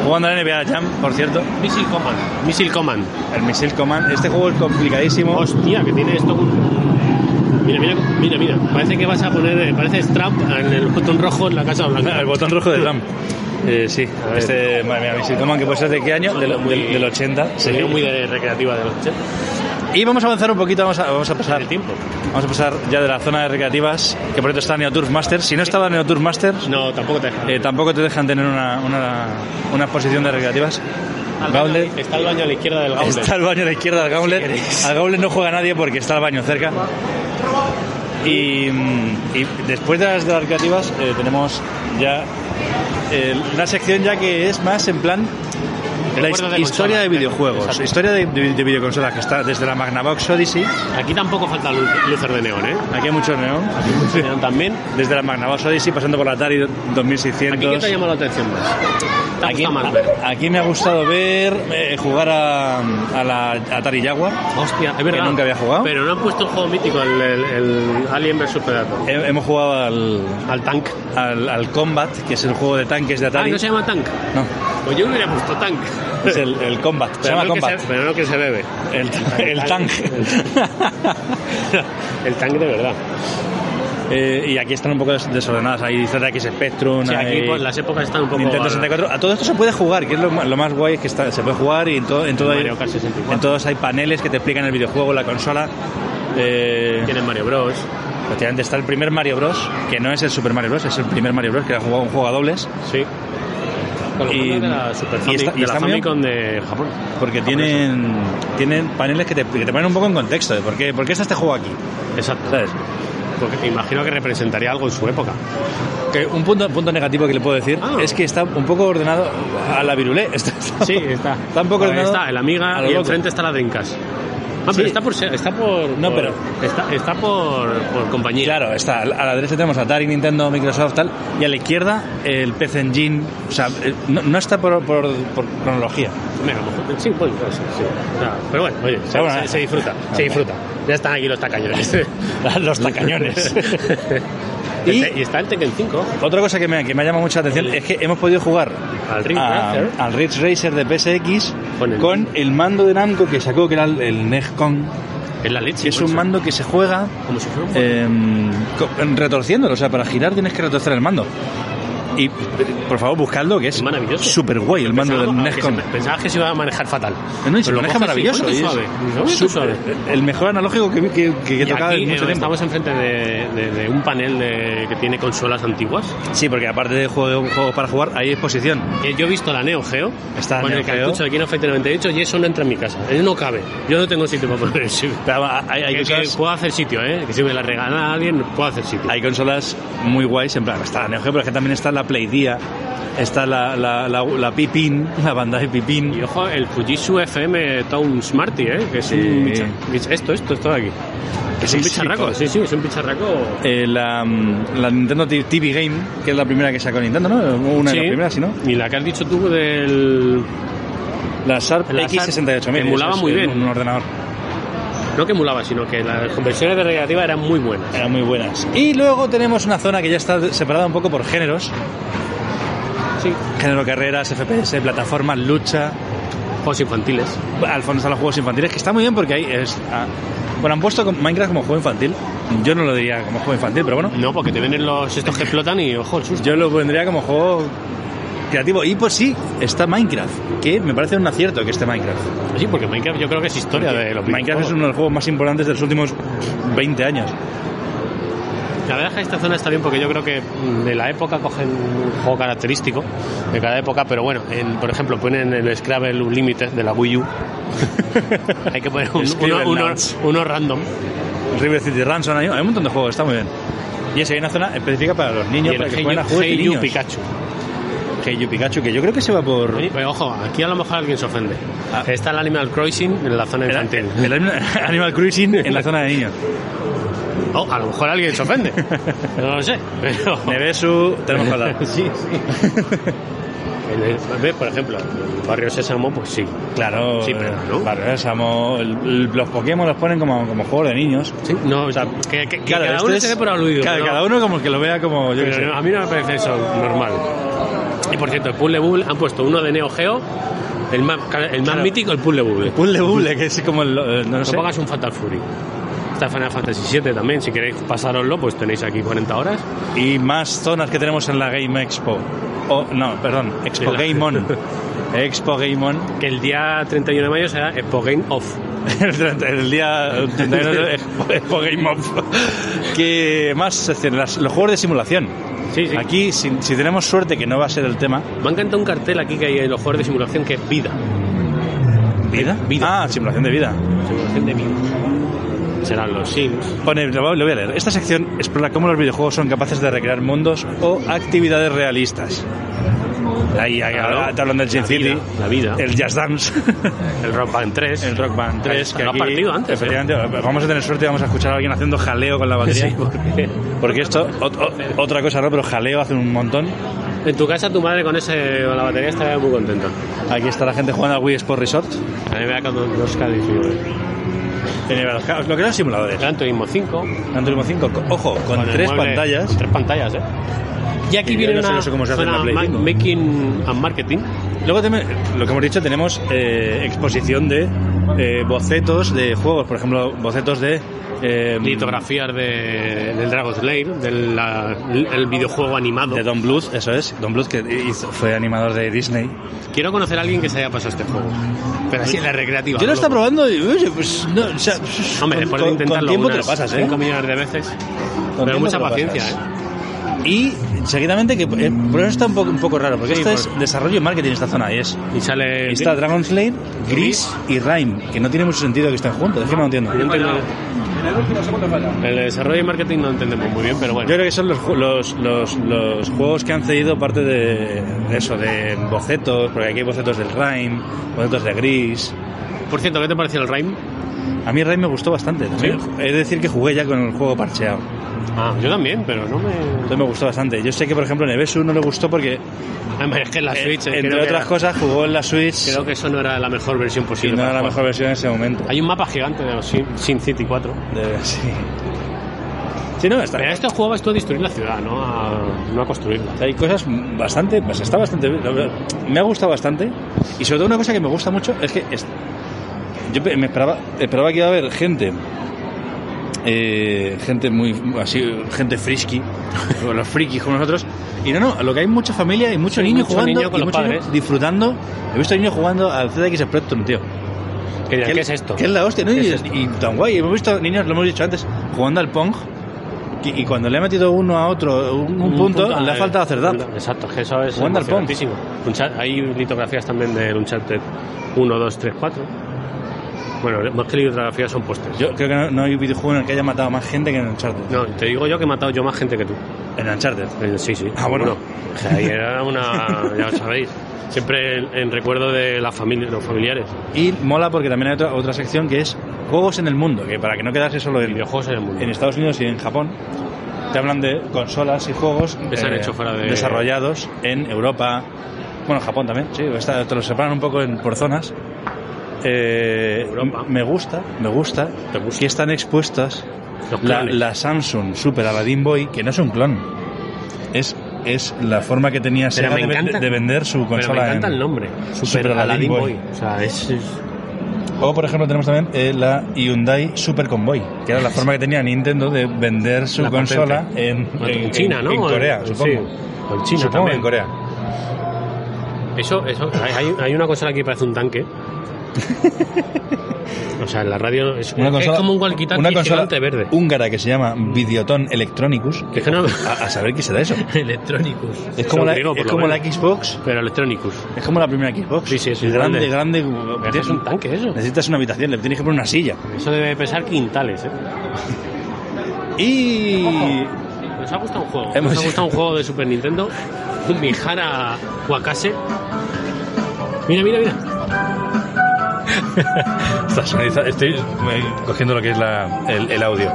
S3: jugando a la NBA Jam, por cierto.
S4: Missile Command. Missile Command.
S3: El Missile Command. Este juego es complicadísimo.
S4: Hostia, que tiene esto un- Mira, mira, mira, mira. Parece que vas a poner... eh, Parece Trump en el botón rojo en la Casa Blanca.
S3: El botón rojo de Trump. Eh, sí,
S4: ver.
S3: este, madre mía, Missile Command, que puede ser de qué año? Del, del, del 80.
S4: Se vio muy de recreativa de los 80.
S3: Y vamos a avanzar un poquito, vamos a, vamos a pasar
S4: El tiempo.
S3: Vamos a pasar ya de la zona de recreativas, que por cierto está NeoTurf Masters. Si no estaba NeoTurf Masters,
S4: No, tampoco te dejan.
S3: eh, tampoco te dejan tener una, una, una exposición de recreativas.
S4: Al baño-
S3: Gauntlet.
S4: está el baño a la izquierda del Gauntlet.
S3: Está el baño a la izquierda del Gauntlet.
S4: queréis.
S3: al Gauntlet no juega nadie porque está el baño cerca. Y, mm, y después de las, de las recreativas eh, tenemos ya eh, una sección ya que es más en plan la his-
S4: Recuerdo de
S3: historia
S4: consola.
S3: de videojuegos,
S4: Exacto.
S3: historia de, de- de videoconsolas que está desde la Magnavox Odyssey,
S4: Aquí tampoco falta luz, luces de neón, ¿eh?
S3: aquí hay mucho neón,
S4: Luces de neón también.
S3: Desde la Magnavox Odyssey, pasando por la Atari
S4: ¿Aquí qué te ha
S3: 2600.
S4: llamado la atención más? ¿Te ha
S3: Aquí,
S4: gustado más ver?
S3: aquí me ha gustado ver eh, jugar a, a la Atari Jaguar.
S4: Hostia, es verdad.
S3: nunca había jugado.
S4: Pero no han puesto un juego mítico, el, el- el Alien vs Predator.
S3: He- Hemos jugado Eh, al,
S4: Al tank.
S3: al, al Combat, que es el juego de tanques de
S4: Ah,
S3: Atari.
S4: no se llama tank.
S3: No,
S4: Pues yo le hubiera puesto tank.
S3: es el, el Combat. Se
S4: Pero
S3: llama
S4: no que
S3: Combat.
S4: se- pero no que se bebe.
S3: El, el tanque.
S4: El tank de verdad.
S3: Eh, y aquí están un poco des- desordenadas. Hay ZX Spectrum,
S4: Sí, aquí
S3: hay
S4: pues, las épocas están un poco...
S3: Nintendo 64. A todo esto se puede jugar, que es lo, ma- lo más guay, es que está- se puede jugar y en, todo, en, todo hay,
S4: Mario Kart 64.
S3: en todos hay paneles que te explican el videojuego, la consola. Eh,
S4: Tienen Mario Bros.
S3: Efectivamente está el primer Mario Bros, que no es el Super Mario Bros, es el primer Mario Bros, que era un juego, un juego a dobles,
S4: Sí. Con los
S3: Y-
S4: juegos de la Super
S3: y
S4: Famicom,
S3: está- y
S4: de la
S3: está muy bien.
S4: Famicom de Japón.
S3: porque tienen, tienen paneles que te, que te ponen un poco en contexto de por qué, por qué está este juego aquí.
S4: Exacto.
S3: ¿Sabes?
S4: Porque imagino que representaría algo en su época.
S3: Que un punto, punto negativo que le puedo decir
S4: Ah.
S3: es que está un poco ordenado a la virulé. Está, está-
S4: Sí, está.
S3: Está un poco
S4: Ahí
S3: ordenado
S4: está, el Amiga
S3: a lo
S4: y
S3: loco.
S4: enfrente está la Dreamcast. Ah,
S3: Sí.
S4: pero está por... se- Está por
S3: No,
S4: por-
S3: pero-
S4: Está, está por, por compañía.
S3: Claro, está. A la derecha tenemos Atari, Nintendo, Microsoft, tal. Y a la izquierda, el PC Engine. O sea, eh, no, no está por, por- por cronología.
S4: Bueno, a lo mejor- sí, bueno, claro, sí, sí. O sea, pero bueno, oye, se,
S3: Pero bueno,
S4: se-
S3: eh.
S4: se disfruta, se disfruta. Ya están aquí los tacañones.
S3: Los tacañones.
S4: y,
S3: Y-
S4: Este, y está el Tekken 5.
S3: Otra cosa que me, que me ha llamado mucho la atención es que hemos podido jugar
S4: Al Ridge
S3: a-
S4: Racer.
S3: al Ridge Racer de PSX
S4: Con
S3: con
S4: el-
S3: el, mando de Namco que sacó, que era el, el Nexcon,
S4: Es la leche.
S3: que es un
S4: macho.
S3: mando que se juega
S4: Como si fuera un
S3: eh, co- retorciéndolo. O sea, para girar tienes que retorcer el mando. Y por favor, buscadlo, que es
S4: Maravilloso.
S3: super guay el mando del
S4: Pensaba que se-
S3: Nexcon.
S4: Pensaba que se iba a manejar fatal.
S3: No, y se
S4: Pero lo
S3: maneja
S4: coges y,
S3: maravilloso.
S4: uy, qué
S3: y es
S4: suave. Uy, qué
S3: súper-
S4: suave.
S3: El mejor analógico que, que, que he
S4: Y
S3: tocado
S4: aquí,
S3: en mucho
S4: eh,
S3: tiempo.
S4: estamos enfrente de, de- de un panel de- que tiene consolas antiguas.
S3: Sí, porque aparte de juego- juegos para jugar, hay exposición.
S4: Eh, Yo he visto la Neo Geo
S3: Está la
S4: con
S3: Neo
S4: el
S3: Geo.
S4: cartucho de Kino Fighter 98 y eso no entra en mi casa. Él no cabe. Yo no tengo sitio para poner eso.
S3: Pero hay, hay
S4: Que- que
S3: cosas,
S4: puedo hacer sitio, ¿eh? Que si me la regala alguien, puedo hacer sitio.
S3: hay consolas muy guays. En plan, está la Neo Geo, pero es que también está la Play Dia, está la, la, la, la Pipin, la banda de
S4: Y
S3: Pipin.
S4: ojo, el Fujitsu FM Town Smarty, ¿eh? Que es
S3: Sí.
S4: un bicha- bicha- Esto, esto, esto de aquí. Que es
S3: Sí,
S4: un
S3: sí,
S4: bicharraco,
S3: todo.
S4: sí, pues. sí, es un bicharraco.
S3: Eh, la, mm, la Nintendo T- TV Game, que es la primera que sacó Nintendo, ¿no? Una
S4: Sí.
S3: de las primeras, si no.
S4: Y la que has dicho tú del.
S3: La Sharp
S4: La Sharp
S3: X68000.
S4: emulaba
S3: eso es,
S4: muy
S3: en
S4: bien.
S3: Un ordenador.
S4: No que emulaba, sino que las conversiones de recreativa eran muy buenas.
S3: Eran muy buenas. Y luego tenemos una zona que ya está separada un poco por géneros.
S4: Sí.
S3: Género carreras, FPS, plataformas, lucha.
S4: Juegos infantiles.
S3: Al fondo están los juegos infantiles, que está muy bien porque ahí es. ah, bueno, han puesto como- Minecraft como juego infantil. Yo no lo diría como juego infantil, pero bueno.
S4: No, porque te venden los estos que explotan y ojo, el susto.
S3: Yo lo pondría como juego creativo. Y pues sí, está Minecraft, que me parece un acierto que esté Minecraft.
S4: Sí, porque Minecraft yo creo que es historia de los
S3: Minecraft es
S4: videojuegos.
S3: uno de los juegos más importantes de los últimos 20 años.
S4: La verdad es que esta zona está bien porque yo creo que mm, de la época cogen un juego característico de cada época, pero bueno, en- por ejemplo, ponen el Scrabble un límite de la Wii U. Hay que poner un-
S3: Scribble
S4: uno, uno-
S3: Nouns.
S4: uno random.
S3: River City Ransom, hay hay un montón de juegos, está muy bien. Y eso hay una zona específica para los niños,
S4: y el
S3: para que
S4: Hey
S3: jueguen a
S4: You-
S3: juegos de
S4: Hey You
S3: niños.
S4: Pikachu.
S3: Hey You Pikachu, que yo creo que se va por...
S4: Oye, pero ojo, aquí a lo mejor alguien se ofende.
S3: Ah.
S4: Está el Animal Crossing en la zona
S3: el-
S4: infantil.
S3: el Animal- Animal Cruising en la zona de niños.
S4: Oh, a lo mejor alguien se ofende. no lo sé. Pero...
S3: Nevesu, tenemos que hablar.
S4: sí, sí. En el- ve, por ejemplo, el barrio Sésamo, pues sí.
S3: Claro, eh,
S4: Sí, pero no.
S3: Barrio Sésamo, el- el- los Pokémon los ponen como, como juegos de niños.
S4: No,
S3: sea,
S4: que, que- que cada uno se ve por
S3: este
S4: aludido.
S3: Claro,
S4: pero-
S3: cada uno como que lo vea como yo qué
S4: pero
S3: sé.
S4: no, a mí no me parece eso normal. Y por cierto, el Puzzle Bull han puesto uno de Neo Geo, el más, el más
S3: Claro.
S4: mítico, el Puzzle Bull.
S3: Puzzle Bubble, que es como el... eh, No,
S4: No
S3: sé.
S4: pongas un Fatal Fury. Está Final Fantasy VII también, si queréis pasároslo, pues tenéis aquí 40 horas.
S3: Y más zonas que tenemos en la Game Expo. O, no, perdón, Expo
S4: De la-
S3: Game On. Expo Game On.
S4: Que el día 31 de mayo será Expo Game Off.
S3: el, 30 el día 31 de Expo- Expo Game Off. Que más, es decir, las- los juegos de simulación.
S4: Sí, sí.
S3: Aquí, si, si tenemos suerte, que no va a ser el tema.
S4: Me ha encantado un cartel aquí que hay en los juegos de simulación que es vida.
S3: ¿Vida? Ah, simulación de vida.
S4: Simulación de vida. Serán los Sims.
S3: Pone, lo, lo voy a leer. Esta sección explora cómo los videojuegos son capaces de recrear mundos o actividades realistas. Ahí, ahí
S4: Claro.
S3: ahora te hablan del Sin
S4: La
S3: City,
S4: vida, la vida.
S3: el Jazz Dance,
S4: El Rock Band 3.
S3: el Rock Band 3.
S4: Lo has partido antes, ¿eh?
S3: efectivamente, vamos a tener suerte y vamos a escuchar a alguien haciendo jaleo con la batería.
S4: Sí, porque
S3: Porque esto, ot- ot- otra cosa no, pero jaleo hace un montón.
S4: en tu casa tu madre con ese con la batería estaría muy contenta.
S3: Aquí está la gente jugando al Wii Sport Resort.
S4: A mí me ha quedado 2K19.
S3: Tenía los ca- Lo que eran simuladores.
S4: Gran Turismo 5.
S3: Gran Turismo 5, co- ojo, con,
S4: el
S3: tres
S4: mueble-
S3: pantallas.
S4: Con tres pantallas, ¿eh?
S3: O
S4: Y aquí
S3: Y
S4: viene
S3: yo no sé
S4: una
S3: eso cómo se hace en
S4: zona
S3: la Play
S4: ma-
S3: cinco.
S4: making and marketing.
S3: Luego, teme- lo que hemos dicho, tenemos eh, exposición de eh, bocetos de juegos, por ejemplo, bocetos de... eh,
S4: Litografías de, del Dragon Slayer, del la- el videojuego animado.
S3: De Don Bluth, eso es. Don Bluth que hizo- fue animador de Disney.
S4: Quiero conocer a alguien que se haya pasado este juego. Pero así en la recreativa.
S3: Yo lo estaba
S4: loco.
S3: probando y, oye, pues, no, o sea,
S4: Hombre, después de intentarlo
S3: tiempo te
S4: unas
S3: lo pasas, ¿eh?
S4: cinco millones de veces.
S3: tiempo
S4: Pero mucha
S3: te lo
S4: paciencia,
S3: pasas.
S4: ¿eh?
S3: Y seguidamente, que eh, por eso está un poco, un poco raro, porque
S4: Sí,
S3: esto es
S4: porque-
S3: desarrollo y marketing esta zona. Y es.
S4: Y sale...
S3: Está Dragon Slayer, Gris y Rhyme, que no tiene mucho sentido que estén juntos, es que no lo entiendo.
S4: Yo entiendo- El desarrollo y marketing no entendemos muy bien, pero bueno.
S3: Yo creo que son los, ju- los, los, los juegos que han cedido parte de eso, de bocetos, porque aquí hay bocetos del Rhyme, bocetos de Gris.
S4: Por cierto, ¿qué te pareció el Rime?
S3: A mí Rhyme me gustó bastante. también.
S4: ¿Sí?
S3: Es decir, que jugué ya con el juego parcheado.
S4: Ah, yo también, pero no me...
S3: Entonces me gustó bastante. Yo sé que, por ejemplo, en Ebesu no le gustó porque,
S4: Además, es que en la
S3: eh,
S4: Switch... eh,
S3: entre
S4: creo que
S3: otras
S4: era-
S3: cosas, jugó en la Switch
S4: Creo que eso no era la mejor versión
S3: y
S4: posible.
S3: no
S4: para
S3: era la
S4: jugar.
S3: mejor versión en ese momento.
S4: Hay un mapa gigante de los Sin, Sin City 4.
S3: De- sí. Sí, no, está
S4: Pero este juego vas tú a destruir la ciudad, no a, no a construirla.
S3: Hay cosas bastante, pues está bastante, la verdad, me ha gustado bastante y sobre todo una cosa que me gusta mucho es que es- yo pe- me esperaba, esperaba que iba a haber gente, eh, gente muy así, gente frisky, como los frikis como nosotros y no no, lo que hay mucha familia y mucho
S4: Sí,
S3: niño
S4: mucho
S3: jugando
S4: niño con
S3: y
S4: los
S3: mucho niño
S4: padres.
S3: disfrutando. He visto niños jugando al ZX Spectrum, tío.
S4: ¿Qué, dirás,
S3: Que-
S4: ¿qué es esto?
S3: Que es la hostia, ¿no?
S4: ¿Qué
S3: Y,
S4: es
S3: es- y tan guay. Hemos visto niños, lo hemos dicho antes, jugando al Pong. que- y cuando le ha metido uno a otro un, un punto, le ha
S4: eh,
S3: faltado hacer dato.
S4: Exacto, es que eso es
S3: Wonder Pond.
S4: emocionantísimo. Uncha- Hay litografías también del Uncharted 1, 2, 3, 4. Bueno, más que litografías son pósters.
S3: Yo creo que no, no hay videojuego en el que haya matado más gente que en Uncharted.
S4: No, te digo yo que he matado yo más gente que tú.
S3: En Uncharted.
S4: Eh, Sí, sí.
S3: Ah, bueno.
S4: O sea, ahí era una... ya lo sabéis. Siempre en, en recuerdo de la familia, los familiares.
S3: Y mola porque también hay otra, otra sección que es juegos en el mundo, que para que no quedarse solo en,
S4: Videojuegos en el mundo.
S3: en Estados Unidos y en Japón, te hablan de consolas y juegos eh,
S4: Que se han hecho fuera de-
S3: desarrollados en Europa, bueno, Japón también, sí, está- te los separan un poco en- por zonas. Eh,
S4: Europa.
S3: me gusta, me gusta,
S4: ¿Te gusta?
S3: que están expuestas
S4: Los
S3: la,
S4: clones.
S3: la Samsung Super Aladdin Boy, que no es un clon, es, es la forma que tenía Sega
S4: Pero me
S3: de, ven-
S4: encanta-
S3: de vender su
S4: Pero
S3: consola
S4: me encanta
S3: en-
S4: el nombre. Super,
S3: Super
S4: Aladdin
S3: Aladdin
S4: Boy.
S3: Boy.
S4: O sea, es... es-
S3: O, por ejemplo, tenemos también eh, la Hyundai Super Convoy, que era la forma que tenía Nintendo de vender su
S4: La patente.
S3: consola en,
S4: en,
S3: en-
S4: China,
S3: en-
S4: ¿no?
S3: en Corea,
S4: Sí.
S3: supongo.
S4: O en China
S3: Supongo
S4: también.
S3: en Corea.
S4: Eso, eso. Hay, hay una consola que parece un tanque. o sea, en la radio es, es como un walkie-talkie
S3: una consola
S4: gigante verde.
S3: húngara que se llama Videoton Electronicus.
S4: Es que no-
S3: A, a saber qué será eso.
S4: Electronicus.
S3: Es como,
S4: Son
S3: la,
S4: griegos,
S3: es
S4: por lo
S3: como la
S4: menos.
S3: Xbox.
S4: Pero Electronicus.
S3: Es como la primera Xbox.
S4: Sí, sí, es
S3: grande, grande.
S4: Es un tanque eso.
S3: Necesitas una habitación, le tienes que poner una silla.
S4: Eso debe pesar quintales, ¿eh?
S3: Y
S4: Nos ha gustado un juego.
S3: Hemos-
S4: Nos ha gustado un juego de Super Nintendo. Un Mihara Wakase. Mira, mira, mira.
S3: Está sonoriza- Estoy me- cogiendo lo que es la- el, el audio.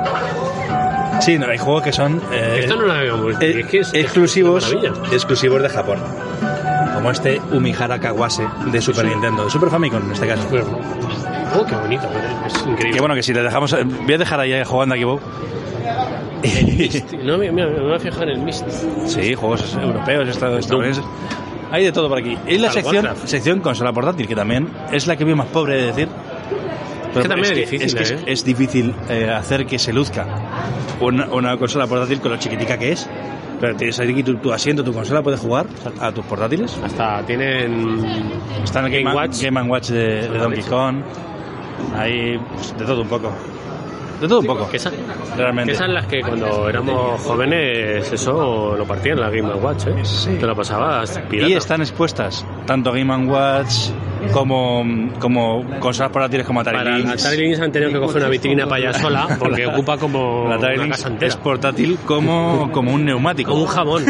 S3: Sí, no, hay juegos que son eh,
S4: Esto no lo habíamos visto.
S3: eh,
S4: Es que es,
S3: exclusivos,
S4: es una maravilla.
S3: exclusivos de Japón. Como este Umihara Kawase de Super Nintendo, de Super Famicom en este caso.
S4: Pero no. Oh, qué bonito. pero Es
S3: Que
S4: increíble.
S3: bueno, que si le dejamos. eh, Voy a dejar ahí jugando aquí, Bob.
S4: No, mira, mira, me voy a fijar en el Mist.
S3: Sí, juegos europeos, estados- estadounidenses. Hay de todo por aquí. Y la
S4: Al
S3: sección,
S4: Warcraft.
S3: sección consola portátil, que también es la que veo más pobre de decir. Pero
S4: también es difícil,
S3: es, que es-
S4: ¿eh?
S3: es difícil eh, hacer que se luzca una, una consola portátil con lo chiquitica que es. Pero tienes aquí tu, tu asiento, tu consola, puedes jugar a tus portátiles.
S4: Hasta tienen.
S3: Están el Game,
S4: Game
S3: Watch,
S4: Watch.
S3: Game and Watch de, de Donkey Kong. Ahí, pues, de todo un poco. De todo un poco,
S4: Que esas, que
S3: realmente.
S4: esas las que cuando éramos jóvenes, eso lo partían la Game Watch, ¿eh?
S3: Sí.
S4: Te lo pasabas pirata.
S3: Y están expuestas tanto Game Watch como, como consolas portátiles como Atari
S4: Para la
S3: Lynx.
S4: Atari Lynx han tenido que coger una vitrina para ella sola porque ocupa como
S3: La Atari
S4: una
S3: Lynx
S4: casa entera.
S3: es portátil como, como un neumático.
S4: Como un jamón.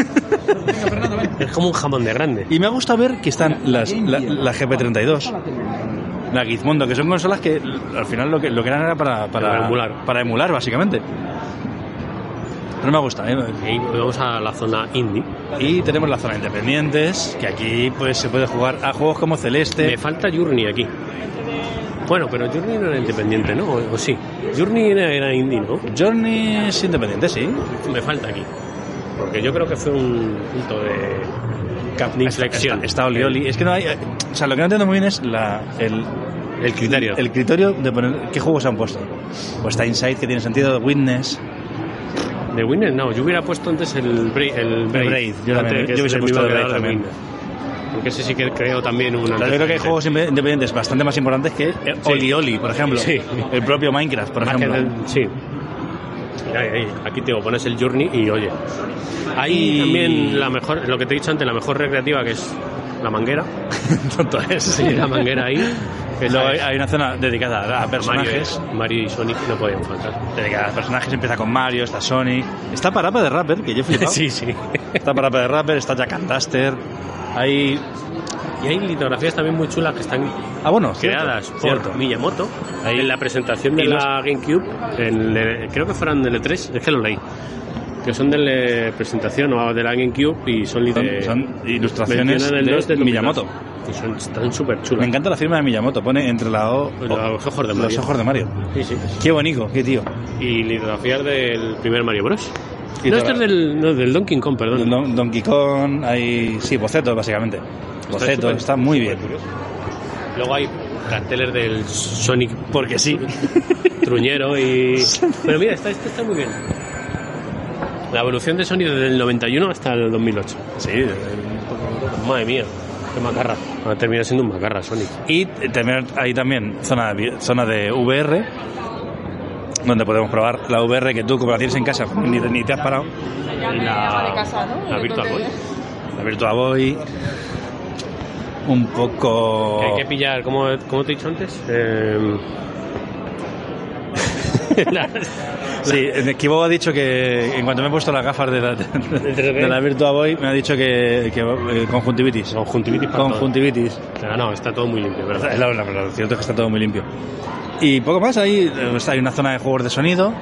S4: es como un jamón de grande.
S3: Y me ha gustado ver que están las, la, la GP32, la Gizmondo, que son consolas que l- al final lo que, lo que eran era para, para,
S4: Para emular.
S3: para emular, básicamente. Pero me gusta, ¿eh?
S4: Y vamos a la zona indie.
S3: Y tenemos la zona independientes, que aquí pues se puede jugar a juegos como Celeste.
S4: Me falta Journey aquí. Bueno, pero Journey no era independiente, ¿no? O, o sí. Journey era, era indie, ¿no?
S3: Journey es independiente, sí.
S4: Me falta aquí. porque yo creo que fue un punto de, de inflexión.
S3: Está, está Olioli. Es que no hay. eh, O sea, lo que no entiendo muy bien es la, el,
S4: El criterio.
S3: el criterio de poner. ¿Qué juegos han puesto? Pues está Inside, que tiene sentido, Witness.
S4: De Winner, no, yo hubiera puesto antes el, Bra- el Brave.
S3: Brave, yo también,
S4: Antes, que
S3: yo
S4: es
S3: hubiese
S4: el
S3: puesto
S4: mismo
S3: el Brave
S4: creador de
S3: también.
S4: Winner. Porque ese sí que creo también una.
S3: O sea, yo creo que hay juegos inde- independientes bastante más importantes que eh,
S4: Sí.
S3: Oli Oli, por ejemplo.
S4: Sí.
S3: El propio Minecraft, por
S4: Más Ah, que
S3: ejemplo.
S4: del- sí. Ahí, ahí, Aquí te digo, pones el Journey y oye. Ahí
S3: Y-
S4: también la mejor, lo que te he dicho antes, la mejor recreativa que es la manguera. Tonto es. Sí, la manguera ahí. que
S3: Luego hay,
S4: es-
S3: hay una zona dedicada a
S4: Mario,
S3: personajes.
S4: Mario y Sonic no podían faltar.
S3: Dedicada a personajes, empieza con Mario, está Sonic. Está Parapa de Rapper, que yo he flipado.
S4: Sí, sí.
S3: Está Parapa de Rapper, está Jack and Duster. Hay.
S4: Y hay litografías también muy chulas que están
S3: Ah, bueno, cierto,
S4: creadas
S3: cierto.
S4: por Miyamoto
S3: Ahí-
S4: en la presentación de
S3: y los-
S4: la GameCube, en el- creo que fueron del E3, es que lo leí, que son de la presentación o de la GameCube y son,
S3: Son,
S4: lite-
S3: son ilustraciones
S4: mencionan el 2
S3: de
S4: del
S3: Miyamoto.
S4: Y son, están súper
S3: Me
S4: chulas.
S3: encanta la firma de Miyamoto, pone entre la O,
S4: Los ojos de
S3: los
S4: Mario.
S3: ojos de Mario.
S4: Sí, sí.
S3: Qué bonito, qué tío.
S4: Y litografías del primer Mario Bros.
S3: Y
S4: No,
S3: toda-
S4: esto es del, no, del Donkey Kong, perdón.
S3: Don, Donkey Kong, hay. Sí, bocetos, básicamente. Bocetos,
S4: súper-
S3: está muy
S4: súper
S3: bien.
S4: curioso. Luego hay carteles del Sonic porque sí, truñero y... Pero mira, está, este está muy bien. La evolución de Sonic desde el 91 hasta el 2008.
S3: Sí,
S4: Madre mía, qué macarra. Ha terminado siendo un macarra Sonic.
S3: Y también hay también zona de, vi- zona de VR, donde podemos probar la VR que tú, como la tienes en casa, ni, ni te has parado.
S4: Y
S7: de casa, ¿no?
S4: la Virtual Boy.
S3: La Virtua Boy. Un poco.
S4: Que hay que pillar, como, como te he dicho antes, eh, la-
S3: Sí, el Kibo ha dicho que en cuanto me he puesto las gafas de la, de,
S4: ¿3D?
S3: la Virtua Boy, me ha dicho que, que eh, conjuntivitis.
S4: Conjuntivitis para todo.
S3: Conjuntivitis.
S4: Claro, no, está todo muy limpio, ¿verdad?
S3: La, la, la- lo cierto es que está todo muy limpio. Y poco más, ahí eh, está- hay una zona de juegos de sonido,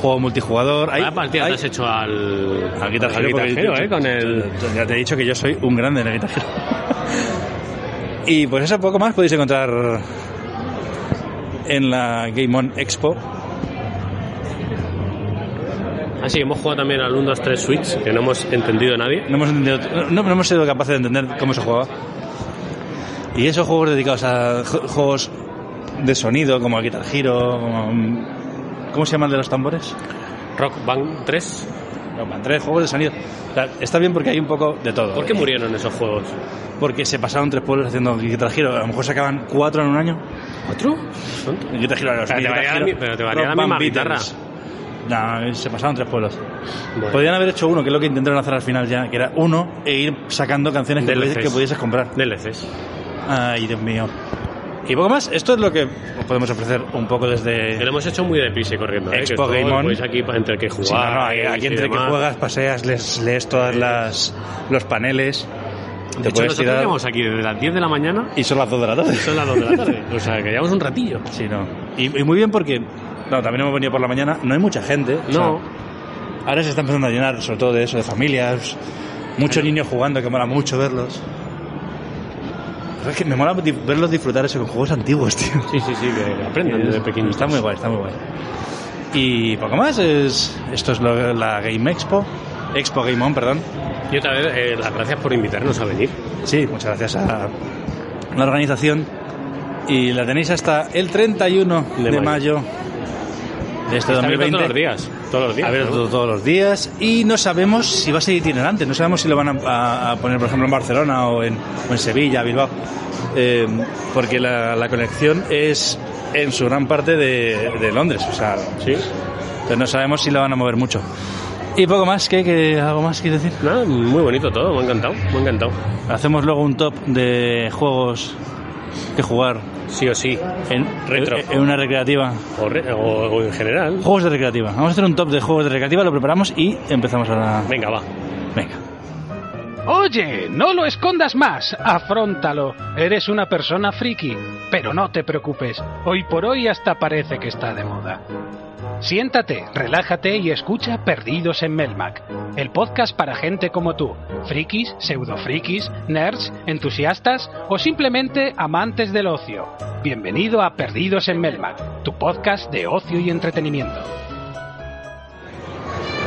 S3: juego multijugador. Hay,
S4: Vaya partida
S3: hay-
S4: te has hecho al...
S3: Al Guitar Hero,
S4: al
S3: porque
S4: Hero,
S3: yo-
S4: ¿eh? Con el...
S3: Ya te he dicho que yo soy un grande en la guitarra. y pues eso, poco más podéis encontrar en la Game On Expo.
S4: Así Ah, hemos jugado también al 1, 2, 3 Switch, que no hemos entendido nadie.
S3: No hemos, entendido- no, no hemos sido capaces de entender cómo se jugaba. Y esos juegos dedicados a ju- juegos de sonido, como el Guitar Hero, como... ¿Cómo se llaman de los tambores?
S4: Rock Band 3.
S3: Los tres juegos de sonido. O sea, Está bien porque hay un poco de todo. eh,
S4: ¿Por qué murieron esos juegos?
S3: Porque se pasaron tres pueblos haciendo Guitar Hero. A lo mejor sacaban cuatro en un año.
S4: ¿Cuatro?
S3: Guitar Hero a los
S4: Pero te
S3: Guitar
S4: valía la
S3: Hero.
S4: mi- pero te valía la
S3: Rock Band
S4: misma
S3: Beatles. No, se pasaron tres pueblos.
S4: Bueno.
S3: Podrían haber hecho uno, que es lo que intentaron hacer al final ya, que era uno e ir sacando canciones que,
S4: DLCs.
S3: pudi- que pudieses comprar.
S4: DLCs.
S3: Ay, Dios mío. Y poco más, esto es lo que os podemos ofrecer un poco
S4: Que
S3: desde...
S4: lo hemos hecho muy deprisa y corriendo, ¿eh?
S3: Expo
S4: que
S3: Game On.
S4: Pues aquí pa- entre que jugar...
S3: Sí, no, no, hay-
S4: y
S3: aquí entre que
S4: demás.
S3: juegas, paseas, lees, lees todas las los paneles,
S4: De
S3: te
S4: hecho,
S3: puedes
S4: nosotros
S3: tirar
S4: llevamos aquí desde las 10 de la mañana
S3: y son las dos de la tarde.
S4: y son las 2 de la tarde. O sea, que llevamos un ratillo.
S3: Sí, no. Y, y muy bien porque no, también hemos venido por la mañana, no hay mucha gente. o
S4: No,
S3: sea, ahora se está empezando a llenar, sobre todo de eso, de familias, muchos niños jugando, que mola mucho verlos. Pero Es que me mola di- verlos disfrutar eso con juegos antiguos, tío.
S4: sí, sí, sí, que aprendan desde pequeños.
S3: Está muy guay, está muy guay. Y poco más, es, esto es lo- la Game Expo, Expo Game On, perdón.
S4: Y otra vez, eh, las gracias por invitarnos a venir.
S3: Sí, muchas gracias a la organización. Y la tenéis hasta el 31
S4: De
S3: de,
S4: mayo.
S3: mayo. de este
S4: Está abierto
S3: 2020.
S4: todos los días. Todos los días.
S3: A ver,
S4: ¿no?
S3: todo- todos los días y no sabemos si va a ser itinerante, no sabemos si lo van a, a- a poner, por ejemplo, en Barcelona o en, o en Sevilla, Bilbao, Eh, porque la, la colección es en su gran parte de, de Londres, o sea,
S4: Sí.
S3: entonces no sabemos si la van a mover mucho. Y poco más, ¿qué? ¿Qué- ¿Algo más quieres decir?
S4: Nada, muy bonito todo, me ha encantado, me ha encantado.
S3: Hacemos luego un top de juegos que jugar
S4: Sí o sí.
S3: en,
S4: Retro.
S3: en una recreativa.
S4: O, re- o- o en general.
S3: Juegos de recreativa. Vamos a hacer un top de juegos de recreativa, lo preparamos y empezamos ahora.
S4: Venga, va.
S3: Venga.
S8: Oye, no lo escondas más, afróntalo. Eres una persona friki, pero no te preocupes, hoy por hoy hasta parece que está de moda. Siéntate, relájate y escucha Perdidos en Melmac, el podcast para gente como tú, frikis, pseudofrikis, nerds, entusiastas o simplemente amantes del ocio. Bienvenido a Perdidos en Melmac, tu podcast de ocio y entretenimiento.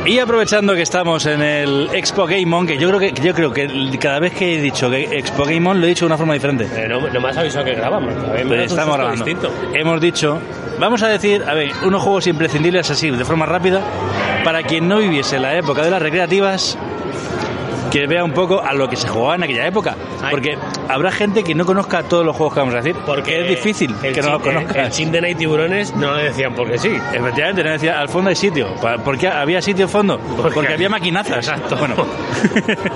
S3: Y aprovechando que estamos en el Expo Gameon, que yo creo que yo creo que cada vez que he dicho que Expo Gameon lo he dicho de una forma diferente.
S4: Eh, no, no me has avisado que grabamos. a ver, me
S3: Pues
S4: das un
S3: estamos
S4: susto
S3: grabando.
S4: distinto.
S3: Hemos dicho, vamos a decir, a ver, unos juegos imprescindibles así, de forma rápida, para quien no viviese la época de las recreativas, que vea un poco a lo que se jugaba en aquella época.
S4: Ay.
S3: Porque habrá gente que no conozca todos los juegos que vamos a decir, porque es difícil
S4: el
S3: que no
S4: chin-
S3: los conozca.
S4: El, el chin de Night Tiburones no lo decían porque sí.
S3: Efectivamente, no decía, al fondo hay sitio. Pa- ¿Por qué había sitio al fondo? Porque,
S4: Porque
S3: había maquinazas.
S4: Exacto.
S3: Bueno.